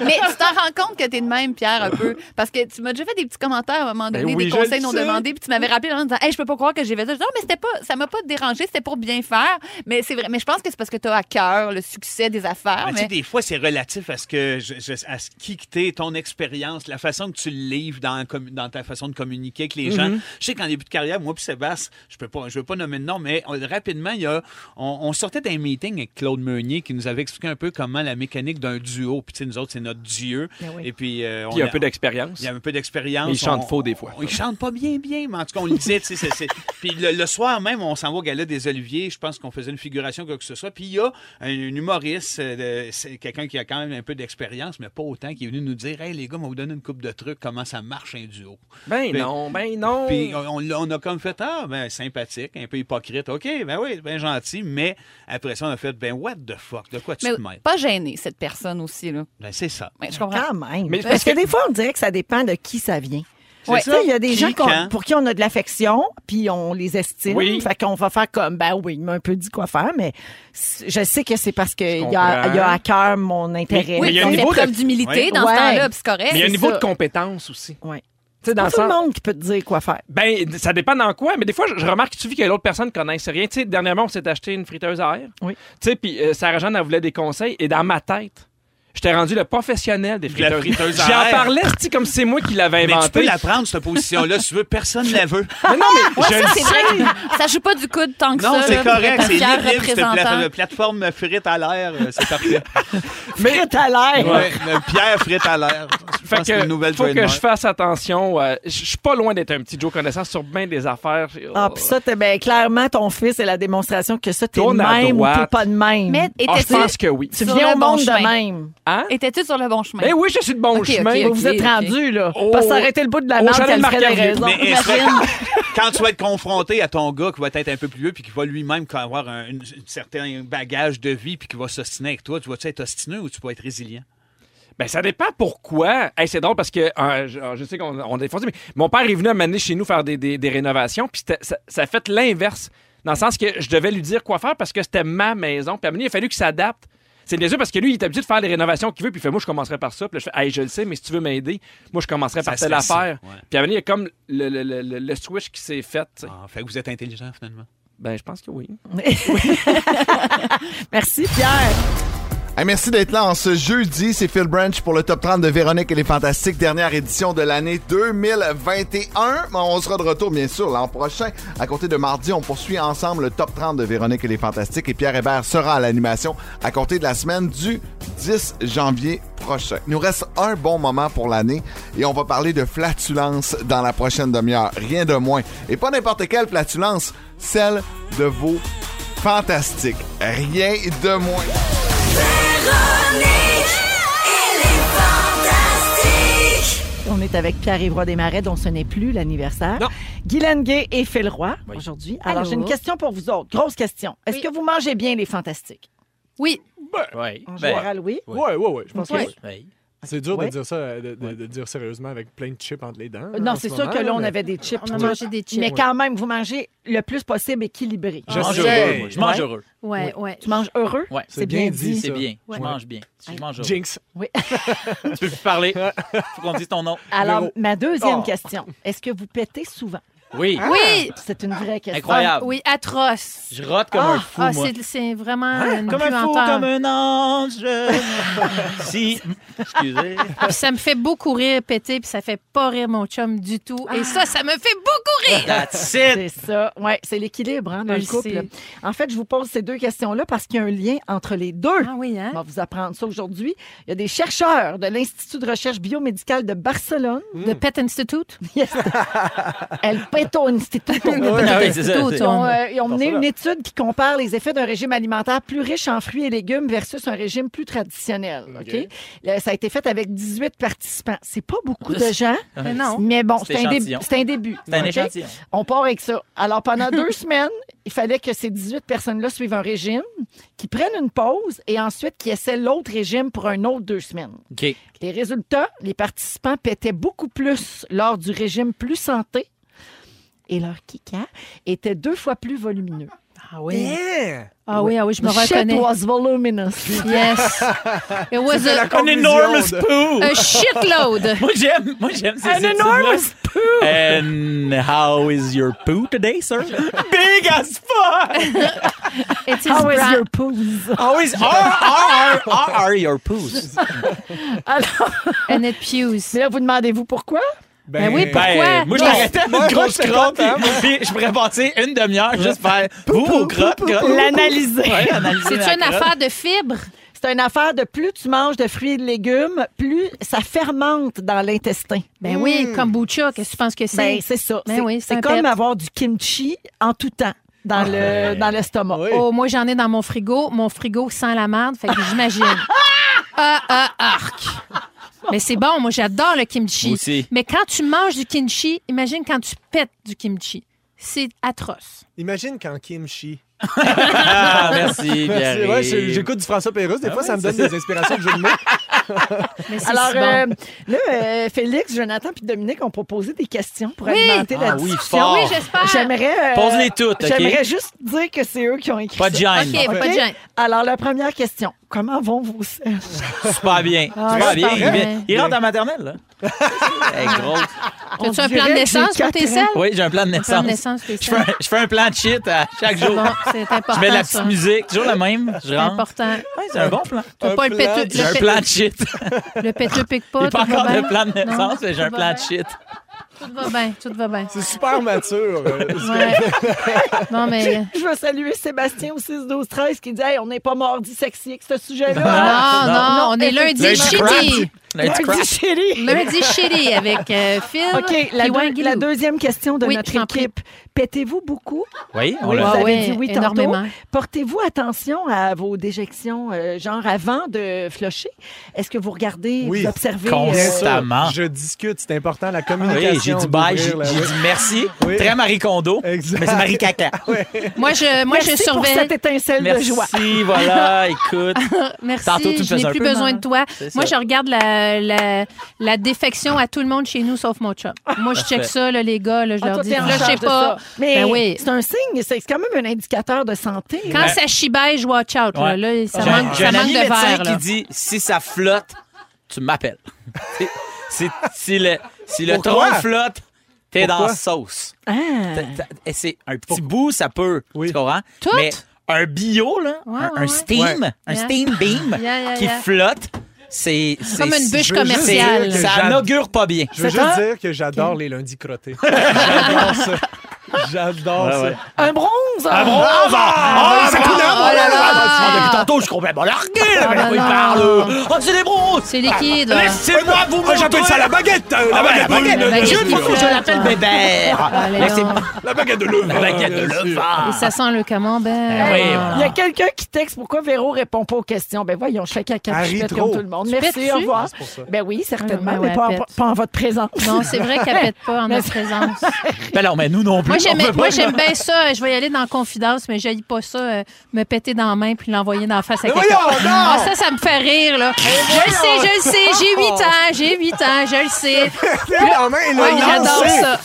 Speaker 14: Mais tu t'en rends compte que t'es de même, Pierre, un peu. Parce que tu m'as déjà fait des petits commentaires à un moment
Speaker 13: Ben
Speaker 14: donné,
Speaker 13: oui,
Speaker 14: des
Speaker 13: je le
Speaker 14: conseils non
Speaker 13: sais.
Speaker 14: demandés, puis tu m'avais rappelé en disant Hey, je peux pas croire que j'ai fait ça. Je dis, Non, mais c'était pas, ça m'a pas dérangé, c'était pour bien faire. Mais c'est vrai. Mais je pense que c'est parce que t'as à cœur le succès des affaires.
Speaker 6: Mais Ben, tu sais,
Speaker 14: Mais,
Speaker 6: des fois, c'est relatif à ce que je- je- à ce qui que t'es, ton expérience, la façon que tu le livres dans, la commu- dans ta façon de communiquer avec les gens.
Speaker 13: Mhm.
Speaker 6: Je sais qu'en début de carrière, moi puis Sébastien, je peux pas, je veux pas nommer de nom, mais on- rapidement, il y a, on, on sortait d'un meeting avec Claude Meunier qui nous avait expliqué un peu comment la mécanique d'un duo. Puis tu sais, nous autres, c'est notre dieu.
Speaker 13: Ben oui.
Speaker 6: Et puis, euh,
Speaker 13: Puis il y a
Speaker 6: on
Speaker 13: un peu d'expérience.
Speaker 6: Il y a un peu d'expérience.
Speaker 13: Mais il chante
Speaker 6: On-
Speaker 13: faux des fois.
Speaker 6: on- il chante pas bien, bien, mais en tout cas, on le disait. tu sais, c'est- c'est- Puis le, le soir même, on s'en va au gala des Oliviers. Je pense qu'on faisait une figuration, quoi que ce soit. Puis il y a un, un humoriste, euh, de- c'est quelqu'un qui a quand même un peu d'expérience, mais pas autant, qui est venu nous dire Hey, les gars, on va vous donner une coupe de trucs, comment ça marche un duo.
Speaker 13: Ben
Speaker 6: Puis-
Speaker 13: non, ben non.
Speaker 6: Puis on, on l'a- on a comme fait Ah, ben sympathique, un peu hypocrite. OK, ben oui, ben gentil. Mais après ça, on a fait Ben what the fuck, de quoi tu
Speaker 14: mais
Speaker 6: te mêles
Speaker 14: pas gêné, cette personne aussi. Là.
Speaker 6: Ben c'est ça.
Speaker 14: Ouais, je comprends.
Speaker 7: Quand même.
Speaker 6: Mais c'est
Speaker 7: parce
Speaker 6: parce
Speaker 7: que,
Speaker 6: que-
Speaker 7: des fois, on dirait que ça dépend de qui ça vient.
Speaker 6: C'est
Speaker 7: Ouais.
Speaker 6: ça.
Speaker 7: Tu sais, Il y a des
Speaker 6: Qui,
Speaker 7: gens qu'on-
Speaker 6: quand?
Speaker 7: pour qui on a de l'affection, puis on les estime.
Speaker 6: Oui.
Speaker 7: Fait qu'on va faire comme, ben oui, il m'a un peu dit quoi faire, mais c- je sais que c'est parce qu'il y a,
Speaker 13: comprends.
Speaker 7: il y a à cœur mon intérêt.
Speaker 13: mais il y a un
Speaker 14: on fait
Speaker 13: niveau de-
Speaker 14: preuve d'humilité
Speaker 13: Ouais.
Speaker 14: dans
Speaker 7: Ouais.
Speaker 14: ce temps-là, puis c'est correct.
Speaker 13: Mais il y a un
Speaker 14: c'est
Speaker 13: niveau
Speaker 14: ça.
Speaker 13: de compétence aussi.
Speaker 7: Ouais.
Speaker 13: Tu sais, dans
Speaker 7: Pas
Speaker 13: le
Speaker 7: tout le
Speaker 13: sens.
Speaker 7: monde qui peut te dire quoi faire.
Speaker 13: Ben, ça dépend dans quoi, mais des fois, je, je remarque tout de suite que l'autre personne ne connaissait rien. Tu sais, dernièrement, on s'est acheté une friteuse à air.
Speaker 7: Oui.
Speaker 13: Tu sais, puis euh, Sarah-Jeanne, elle voulait des conseils, et dans ma tête, j'étais rendu le professionnel des
Speaker 6: la
Speaker 13: friteuses.
Speaker 6: friteuse à
Speaker 13: J'en
Speaker 6: air.
Speaker 13: parlais, c'est comme si c'est moi qui l'avais
Speaker 6: Mais tu
Speaker 13: inventé.
Speaker 6: peux la prendre, cette position-là, si tu veux. Personne ne la veut.
Speaker 13: Mais non, mais
Speaker 14: Ouais,
Speaker 13: je
Speaker 14: ça,
Speaker 13: le
Speaker 14: c'est vrai que ça joue pas du coude tant que ça.
Speaker 6: Non, c'est
Speaker 14: là,
Speaker 6: correct,
Speaker 14: pour
Speaker 6: c'est
Speaker 14: Pierre
Speaker 6: libre, cette pla-
Speaker 14: représentant.
Speaker 6: euh, plateforme frite à l'air, euh, c'est parfait.
Speaker 7: Mais à l'air.
Speaker 6: Ouais, euh, Pierre frite à l'air. Je
Speaker 13: Fait
Speaker 6: pense c'est
Speaker 13: que,
Speaker 6: une nouvelle
Speaker 13: faut que
Speaker 6: trademark.
Speaker 13: je fasse attention. euh, je je suis pas loin d'être un petit Joe connaissant sur bien des affaires.
Speaker 7: Ah, puis ça, t'es- ben, clairement, ton fils est la démonstration que ça, t'es de
Speaker 13: Tourne à
Speaker 7: même ou t'es
Speaker 13: droite.
Speaker 7: pas de même.
Speaker 14: Mais
Speaker 13: Ah, je
Speaker 14: étais-tu-
Speaker 13: pense que oui.
Speaker 7: tu
Speaker 14: sur
Speaker 7: viens
Speaker 14: le
Speaker 7: au
Speaker 14: bon
Speaker 7: monde de
Speaker 14: chemin.
Speaker 7: même.
Speaker 13: Hein?
Speaker 14: Étais-tu sur le bon chemin?
Speaker 13: Ben oui, je suis de bon
Speaker 14: Ok,
Speaker 13: chemin.
Speaker 14: ok,
Speaker 7: Vous vous êtes
Speaker 14: ok.
Speaker 7: rendu, là.
Speaker 13: Oh.
Speaker 7: Parce que ça aurait été le bout de la
Speaker 13: Au
Speaker 7: merde,
Speaker 13: chalet
Speaker 7: ça
Speaker 13: de
Speaker 7: le ferait des
Speaker 13: Marc-Hervé.
Speaker 7: raisons.
Speaker 6: Mais est-ce que
Speaker 14: Imagine.
Speaker 6: quand, quand tu vas être confronté à ton gars qui va être un peu plus vieux puis qui va lui-même avoir un, une- un certain bagage de vie puis qui va s'ostiner avec toi, tu vas-tu être ostineux ou tu vas être résilient?
Speaker 13: Ben, ça dépend pourquoi. Hey, c'est drôle parce que euh, je, je sais qu'on on est défoncé, mais mon père est venu amener chez nous faire des, des- des rénovations, puis c'était- ça, ça a fait l'inverse. Dans le sens que je devais lui dire quoi faire parce que c'était ma maison. Puis à un moment donné, il a fallu qu'il s'adapte. C'est bien sûr parce que lui, il est habitué de faire les rénovations qu'il veut, puis il fait Moi, je commencerai par ça. Puis là, je fais Hey, je le sais, mais si tu veux m'aider, moi, je commencerai
Speaker 6: Ça
Speaker 13: par
Speaker 6: se
Speaker 13: telle
Speaker 6: fait ça,
Speaker 13: affaire.
Speaker 6: ouais.
Speaker 13: Puis à venir, il y a comme le, le- le- le- le switch qui s'est fait. tu sais.
Speaker 6: Ah, fait que vous êtes intelligent, finalement.
Speaker 13: Ben, je pense que oui.
Speaker 5: Merci, Pierre.
Speaker 4: Hey, merci d'être là en ce jeudi. C'est Phil Branch pour le top 30 de Véronique et les Fantastiques, dernière édition de l'année 2021. Mais On sera de retour, bien sûr, l'an prochain. À compter de mardi, on poursuit ensemble le top 30 de Véronique et les Fantastiques et Pierre Hébert sera à l'animation à compter de la semaine du 10 janvier prochain. Il nous reste un bon moment pour l'année et on va parler de flatulence dans la prochaine demi-heure. Rien de moins. Et pas n'importe quelle flatulence, celle de vos fantastiques. Rien de moins.
Speaker 5: On est avec Pierre-Yvroy Desmarais, dont ce n'est plus l'anniversaire. Guylaine Gay et Phil Roy aujourd'hui. Alors,
Speaker 14: Allô.
Speaker 5: j'ai une question pour vous autres. Grosse question. Est-ce que vous mangez bien les fantastiques?
Speaker 14: Oui.
Speaker 8: Oui.
Speaker 5: En général, oui.
Speaker 11: Oui, oui, oui. Ben, Je pense que
Speaker 5: Oui.
Speaker 11: oui. C'est dur
Speaker 5: Ouais.
Speaker 11: de, dire ça, euh, de, de- de dire sérieusement avec plein de chips entre les dents.
Speaker 6: Euh,
Speaker 5: Euh, Non,
Speaker 11: en
Speaker 5: c'est
Speaker 11: ce
Speaker 5: sûr
Speaker 11: moment,
Speaker 5: que là, on
Speaker 11: mais-
Speaker 5: avait des chips.
Speaker 11: On a
Speaker 5: Oui.
Speaker 11: mangé des chips.
Speaker 5: Mais quand même, vous mangez le plus possible équilibré.
Speaker 11: Je mange heureux, moi. Je mange
Speaker 5: Ouais.
Speaker 11: heureux.
Speaker 8: Ouais, ouais.
Speaker 5: Tu manges heureux?
Speaker 8: Ouais.
Speaker 5: C'est bien dit.
Speaker 8: C'est
Speaker 5: ça.
Speaker 8: bien. Je
Speaker 5: Ouais.
Speaker 8: mange bien. Je mange heureux.
Speaker 11: Jinx.
Speaker 5: Oui.
Speaker 8: tu peux plus parler. Faut qu'on dise ton nom.
Speaker 5: Alors, ma deuxième
Speaker 8: Oh.
Speaker 5: question. Est-ce que vous pétez souvent?
Speaker 8: Oui.
Speaker 5: Ah Oui. C'est une
Speaker 11: Ah.
Speaker 5: vraie question.
Speaker 8: Incroyable.
Speaker 15: Oui, atroce.
Speaker 8: Je rote comme
Speaker 15: ah,
Speaker 8: un fou,
Speaker 15: ah,
Speaker 8: moi.
Speaker 15: c'est- c'est vraiment
Speaker 8: Hein?
Speaker 15: une
Speaker 8: Comme un fou,
Speaker 15: puanteur.
Speaker 8: comme un ange. si. Excusez.
Speaker 15: Puis ça me fait beaucoup rire péter, puis ça fait pas rire mon chum du tout. Et ça, ça me fait beaucoup rire.
Speaker 8: That's
Speaker 5: it. C'est ça. Ouais, c'est l'équilibre hein, dans
Speaker 15: Je
Speaker 5: le
Speaker 15: le
Speaker 5: couple.
Speaker 15: sais.
Speaker 5: En fait, je vous pose ces deux questions-là parce qu'il y a un lien entre les deux. Ah
Speaker 15: oui, hein?
Speaker 5: On va vous apprendre ça aujourd'hui. Il y a des chercheurs de l'Institut de recherche biomédicale de Barcelone.
Speaker 15: The Pet Institute?
Speaker 5: Yes. El Peto Instituto.
Speaker 15: Ah oui, c'est ça, c'est-
Speaker 5: Ils ont, euh, ils ont mené
Speaker 15: Barcelone.
Speaker 5: une étude qui compare les effets d'un régime alimentaire plus riche en fruits et légumes versus un régime plus traditionnel. OK?
Speaker 15: OK.
Speaker 5: Là, ça a été fait avec 18 participants. C'est pas beaucoup de gens.
Speaker 15: Mais non.
Speaker 5: Mais bon,
Speaker 15: C'est
Speaker 5: c'est un, dé-
Speaker 15: échantillon.
Speaker 5: c'est un début.
Speaker 15: C'est un
Speaker 5: OK?
Speaker 15: échantillon.
Speaker 5: On part avec ça. Alors, pendant deux semaines, il fallait que ces 18 personnes-là suivent un régime, qu'ils prennent une pause et ensuite qu'ils essaient l'autre régime pour un autre deux semaines.
Speaker 8: OK.
Speaker 5: Les résultats, les participants pétaient beaucoup plus lors du régime plus santé et leur kika était deux fois plus volumineux.
Speaker 8: Ah
Speaker 5: oui?
Speaker 15: Ah oui, ah oui, je me reconnais.
Speaker 5: Shit was voluminous.
Speaker 15: Yes. It was
Speaker 8: C'est
Speaker 15: a-
Speaker 8: la An enormous poo.
Speaker 15: A shitload.
Speaker 8: moi, j'aime. Moi, j'aime ces
Speaker 15: An
Speaker 8: études-là.
Speaker 15: enormous
Speaker 8: poo. And how is your poo today, sir? Big as fuck.
Speaker 15: It is
Speaker 5: How is
Speaker 15: brown.
Speaker 5: your poos?
Speaker 8: Always are, are, are, are your poos.
Speaker 5: Alors,
Speaker 15: Annette Pius.
Speaker 5: Mais là, vous demandez-vous pourquoi?
Speaker 8: Ben oui, pourquoi? moi, je
Speaker 5: Non.
Speaker 8: m'arrêtais à une grosse crotte, puis je pourrais passer une demi-heure juste faire vous vos crottes, crottes.
Speaker 5: L'analyser.
Speaker 8: Ouais, analyser la crotte.
Speaker 5: de fibres? C'est une affaire de plus tu manges de fruits et de légumes, plus ça fermente dans l'intestin.
Speaker 15: Ben oui,
Speaker 8: Hmm.
Speaker 15: kombucha, qu'est-ce que tu penses que c'est?
Speaker 5: Ben, c'est ça.
Speaker 15: Ben
Speaker 5: c'est
Speaker 15: oui,
Speaker 5: c'est
Speaker 15: un
Speaker 5: comme
Speaker 15: pet.
Speaker 5: avoir du kimchi en tout temps dans le
Speaker 8: Ah.
Speaker 5: dans l'estomac.
Speaker 15: Oh, moi, j'en ai dans mon frigo. Mon frigo sent la merde, fait que j'imagine. ah, ah, arc. Mais c'est bon, moi, j'adore le kimchi.
Speaker 8: Moi aussi.
Speaker 15: Mais quand tu manges du kimchi, imagine quand tu pètes du kimchi. C'est atroce.
Speaker 11: Imagine quand Kim chie.
Speaker 8: Ah, merci, Pierre.
Speaker 11: ouais, je- J'écoute du François Pérusse. Des
Speaker 8: Ah
Speaker 11: fois, ça
Speaker 8: ouais,
Speaker 11: me
Speaker 8: c'est
Speaker 11: donne des inspirations de jeux de mots. c'est
Speaker 5: Alors,
Speaker 11: si bon.
Speaker 5: euh, là, euh, Félix, Jonathan puis Dominique ont proposé des questions pour
Speaker 8: Oui.
Speaker 5: alimenter la
Speaker 8: Ah oui,
Speaker 5: discussion.
Speaker 8: fort. Oui, j'espère.
Speaker 5: J'aimerais. euh,
Speaker 8: Pose-les toutes, OK?
Speaker 5: J'aimerais juste dire que c'est eux qui ont écrit
Speaker 8: Pas de
Speaker 5: ça.
Speaker 8: gêne. OK, pas de
Speaker 5: OK?
Speaker 8: gêne.
Speaker 5: Alors, la première question. Comment vont vos sèches?
Speaker 8: Super bien.
Speaker 5: Ah,
Speaker 8: Super
Speaker 5: c'est
Speaker 8: bien.
Speaker 5: pas
Speaker 8: Il,
Speaker 5: vrai.
Speaker 8: vient- il rentre en maternelle, là. hey, grosse.
Speaker 5: On
Speaker 15: As-tu un
Speaker 5: dirait
Speaker 15: plan de
Speaker 5: que
Speaker 15: naissance
Speaker 5: j'ai
Speaker 15: pour tes
Speaker 5: quatre
Speaker 15: selles?
Speaker 5: ans.
Speaker 8: Oui, j'ai un plan de
Speaker 15: Un
Speaker 8: naissance.
Speaker 15: plan de naissance, tes
Speaker 8: je, fais un,
Speaker 15: selles.
Speaker 8: je fais un plan de shit à chaque
Speaker 15: C'est
Speaker 8: jour.
Speaker 15: bon, c'est important.
Speaker 8: je mets la petite
Speaker 15: ça.
Speaker 8: musique, toujours la même. Je
Speaker 15: C'est
Speaker 8: rentre.
Speaker 15: important.
Speaker 8: C'est un bon plan.
Speaker 15: T'as pas le péteux.
Speaker 8: J'ai un
Speaker 15: pét-
Speaker 8: plan de shit.
Speaker 15: Le péteux pique pas.
Speaker 8: J'ai pas
Speaker 15: tout va
Speaker 8: encore de
Speaker 15: bien.
Speaker 8: plan de naissance,
Speaker 15: Non,
Speaker 8: mais j'ai
Speaker 15: tout
Speaker 8: un
Speaker 15: va
Speaker 8: plan de
Speaker 15: bien.
Speaker 8: shit.
Speaker 15: Tout va bien, tout va bien.
Speaker 11: C'est super mature.
Speaker 15: Ouais. Non, mais. euh,
Speaker 5: Je veux saluer Sébastien au 6 12 13 qui dit Hey, on n'est pas mordi sexy avec ce sujet-là.
Speaker 15: Non, non, on est lundi
Speaker 5: effectivement.
Speaker 15: shitty.
Speaker 5: Lundi shitty.
Speaker 15: Lundi shitty avec euh, Phil.
Speaker 5: OK, la,
Speaker 15: puis
Speaker 5: deux-
Speaker 15: Wangilou.
Speaker 5: la deuxième question de
Speaker 15: Oui,
Speaker 5: notre
Speaker 15: je t'en prie.
Speaker 5: équipe. Pétez-vous beaucoup?
Speaker 8: Oui, on
Speaker 5: Oui,
Speaker 8: l'a
Speaker 5: vous avez
Speaker 8: Ouais,
Speaker 5: dit oui
Speaker 15: énormément.
Speaker 5: tantôt. Portez-vous attention à vos déjections, euh, genre avant de flusher. Est-ce que vous regardez, vous observez? euh,
Speaker 8: constamment.
Speaker 11: Je discute, c'est important, la communication.
Speaker 8: Oui, j'ai dit bye, j'ai
Speaker 11: d'ouvrir la-
Speaker 8: j'ai dit merci. Très Marie Kondo, mais c'est Marie Caca.
Speaker 15: Moi, je, moi,
Speaker 5: Merci
Speaker 15: je
Speaker 5: pour
Speaker 15: surveille.
Speaker 5: cette étincelle de
Speaker 8: Merci,
Speaker 5: joie.
Speaker 8: voilà, écoute.
Speaker 15: Merci,
Speaker 8: Tantôt, tu
Speaker 15: je
Speaker 8: me faisais
Speaker 15: n'ai
Speaker 8: un
Speaker 15: plus
Speaker 8: peu
Speaker 15: besoin
Speaker 8: mal.
Speaker 15: de toi.
Speaker 8: C'est
Speaker 15: Moi, je
Speaker 8: ça.
Speaker 15: regarde la, euh, la, la défection à tout le monde chez nous, sauf mon chat. Moi, je
Speaker 5: Parfait.
Speaker 15: check ça, là, les gars. Là, je
Speaker 5: Ah,
Speaker 15: leur
Speaker 5: toi,
Speaker 15: dis,
Speaker 5: t'es en
Speaker 15: là, je sais
Speaker 5: charge de
Speaker 15: pas.
Speaker 5: ça. Mais
Speaker 15: Ben oui.
Speaker 5: c'est un signe, c'est c'est quand même un indicateur de santé.
Speaker 15: Quand
Speaker 8: Ben-
Speaker 15: ça chibaille, je watch out.
Speaker 8: Ouais.
Speaker 15: Là, là, ça
Speaker 8: J'ai-
Speaker 15: manque,
Speaker 8: j'ai
Speaker 15: ça
Speaker 8: un
Speaker 15: manque
Speaker 8: ami
Speaker 15: de
Speaker 8: médecin
Speaker 15: verre. là.
Speaker 8: qui dit si ça flotte, tu m'appelles. C'est- c'est- si le, si le
Speaker 15: Pourquoi?
Speaker 8: tronc flotte, t'es dans
Speaker 15: Pourquoi?
Speaker 8: la sauce.
Speaker 15: Ah.
Speaker 8: T'as- t'as- et C'est un petit bout, ça peut. Tu comprends?
Speaker 15: Tout?
Speaker 8: Mais un bio, là,
Speaker 15: Ouais,
Speaker 8: un,
Speaker 15: ouais,
Speaker 8: un
Speaker 15: ouais.
Speaker 8: steam,
Speaker 15: Ouais.
Speaker 8: un
Speaker 15: Yeah.
Speaker 8: steam beam
Speaker 15: Yeah, yeah,
Speaker 8: qui
Speaker 15: yeah.
Speaker 8: flotte, c'est. c'est-
Speaker 15: Comme une bûche Je veux juste commerciale. dire que
Speaker 8: c'est- Ça
Speaker 11: j'ad-
Speaker 8: n'augure pas bien.
Speaker 11: Je veux juste dire que j'adore les lundis crottés. J'adore ça. J'adore
Speaker 8: Ouais,
Speaker 11: ça.
Speaker 8: ouais.
Speaker 5: Un bronze! hein?
Speaker 11: Un bronze!
Speaker 8: Ah,
Speaker 11: Ah,
Speaker 8: ah,
Speaker 11: ça
Speaker 8: ah,
Speaker 11: coule
Speaker 15: Oh
Speaker 8: ah,
Speaker 11: dans-
Speaker 8: ah, là, là.
Speaker 11: Ah,
Speaker 8: depuis tantôt, je suis complètement largué. là, mais
Speaker 11: Ah,
Speaker 8: de quoi il
Speaker 11: non.
Speaker 8: parle? Ah, c'est des bronzes!
Speaker 15: C'est liquide, là.
Speaker 8: Laissez-moi vous
Speaker 11: Ah,
Speaker 8: montrer!
Speaker 11: j'appelle ça la baguette, euh, la
Speaker 8: Ah,
Speaker 11: baguette brune,
Speaker 8: La
Speaker 11: là,
Speaker 8: baguette,
Speaker 11: je
Speaker 8: brune,
Speaker 11: dis,
Speaker 8: je
Speaker 11: là.
Speaker 8: l'appelle Bébert.
Speaker 11: Ah,
Speaker 15: Allez,
Speaker 8: Laissez-moi-
Speaker 15: non.
Speaker 11: La baguette de l'œuf.
Speaker 8: La baguette de l'œuf.
Speaker 15: Et ça sent le camembert.
Speaker 8: Ben oui, voilà.
Speaker 5: Il y a quelqu'un qui texte pourquoi Véro répond pas aux questions. Ben voyons, chacun quatre
Speaker 11: Elle rit
Speaker 5: pipettes
Speaker 11: trop.
Speaker 5: comme tout le monde.
Speaker 15: Tu
Speaker 5: Merci,
Speaker 15: pètes-tu?
Speaker 5: au revoir.
Speaker 15: C'est pour ça.
Speaker 5: Ben oui, certainement,
Speaker 15: Ah, ben
Speaker 5: mais
Speaker 15: ouais,
Speaker 5: pas,
Speaker 15: elle
Speaker 5: en,
Speaker 15: pète.
Speaker 5: pas en votre présence.
Speaker 15: Non, c'est vrai qu'elle pète pas en notre présence.
Speaker 8: Ben non, mais nous non plus.
Speaker 15: Moi,
Speaker 8: on peut
Speaker 15: j'aimais-
Speaker 8: pas-
Speaker 15: moi, j'aime bien ça. Je vais y aller dans la confidence, mais je pas ça. euh, me péter dans la main puis l'envoyer dans la face à
Speaker 5: Mais
Speaker 15: quelqu'un.
Speaker 5: voyons donc!
Speaker 15: Ah, ça, ça me fait rire, là. Je le sais, je le sais. J'ai 8 ans, j'ai 8 ans, je le sais.
Speaker 11: dans la main et le
Speaker 15: Ouais, J'adore
Speaker 11: lancer.
Speaker 15: ça.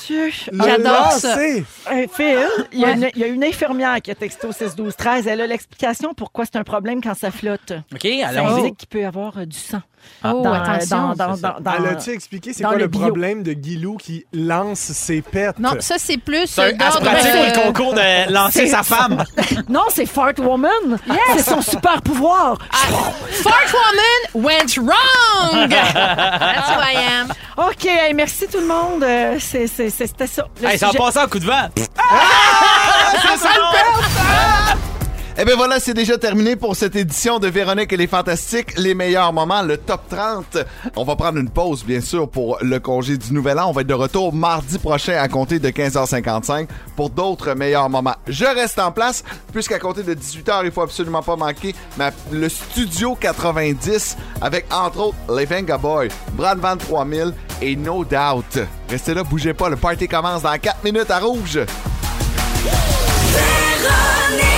Speaker 11: Le
Speaker 15: J'adore ça.
Speaker 11: lancer.
Speaker 5: Hey, Euh, Phil, il y, a
Speaker 15: Ouais.
Speaker 5: une- il y a une infirmière qui a texté au 6 12 13 Elle a l'explication pourquoi c'est un problème quand ça flotte.
Speaker 8: OK,
Speaker 5: Ça
Speaker 8: allons-y.
Speaker 5: indique qu'il peut y avoir euh, du sang.
Speaker 8: Ah.
Speaker 5: dans-
Speaker 8: Oh,
Speaker 5: Dans,
Speaker 8: attention.
Speaker 5: dans,
Speaker 8: C'est ça.
Speaker 5: dans-
Speaker 11: Elle a-tu expliqué c'est
Speaker 5: dans
Speaker 11: quoi le,
Speaker 5: bio.
Speaker 11: problème de Guilou qui lance ses pets?
Speaker 15: Non, ça, c'est plus
Speaker 8: C'est un-
Speaker 15: euh,
Speaker 8: elle se
Speaker 15: d'ordre,
Speaker 8: pratique
Speaker 15: euh,
Speaker 8: le concours de lancer
Speaker 5: C'est-
Speaker 8: sa femme.
Speaker 5: Non, c'est Fart Woman. C'est son super pouvoir.
Speaker 15: Fart woman went wrong! That's who I am.
Speaker 5: OK, hey, merci tout le monde. Euh, c'est- c'est- c'est- C'était ça. le
Speaker 8: Hey, ça en
Speaker 5: sujet.
Speaker 8: passant un coup de vent.
Speaker 4: Ah, ça le perd, ça! Eh bien voilà, c'est déjà terminé pour cette édition de Véronique et les Fantastiques, les meilleurs moments, le top 30. On va prendre une pause, bien sûr, pour le congé du Nouvel An. On va être de retour mardi prochain à compter de 15h55 pour d'autres meilleurs moments. Je reste en place, puisqu'à compter de 18h, il faut absolument pas manquer ma- le Studio 90 avec, entre autres, les Venga Boys, Brad Van 3000 et No Doubt. Restez là, bougez pas, le party commence dans 4 minutes à rouge.
Speaker 2: Véronique!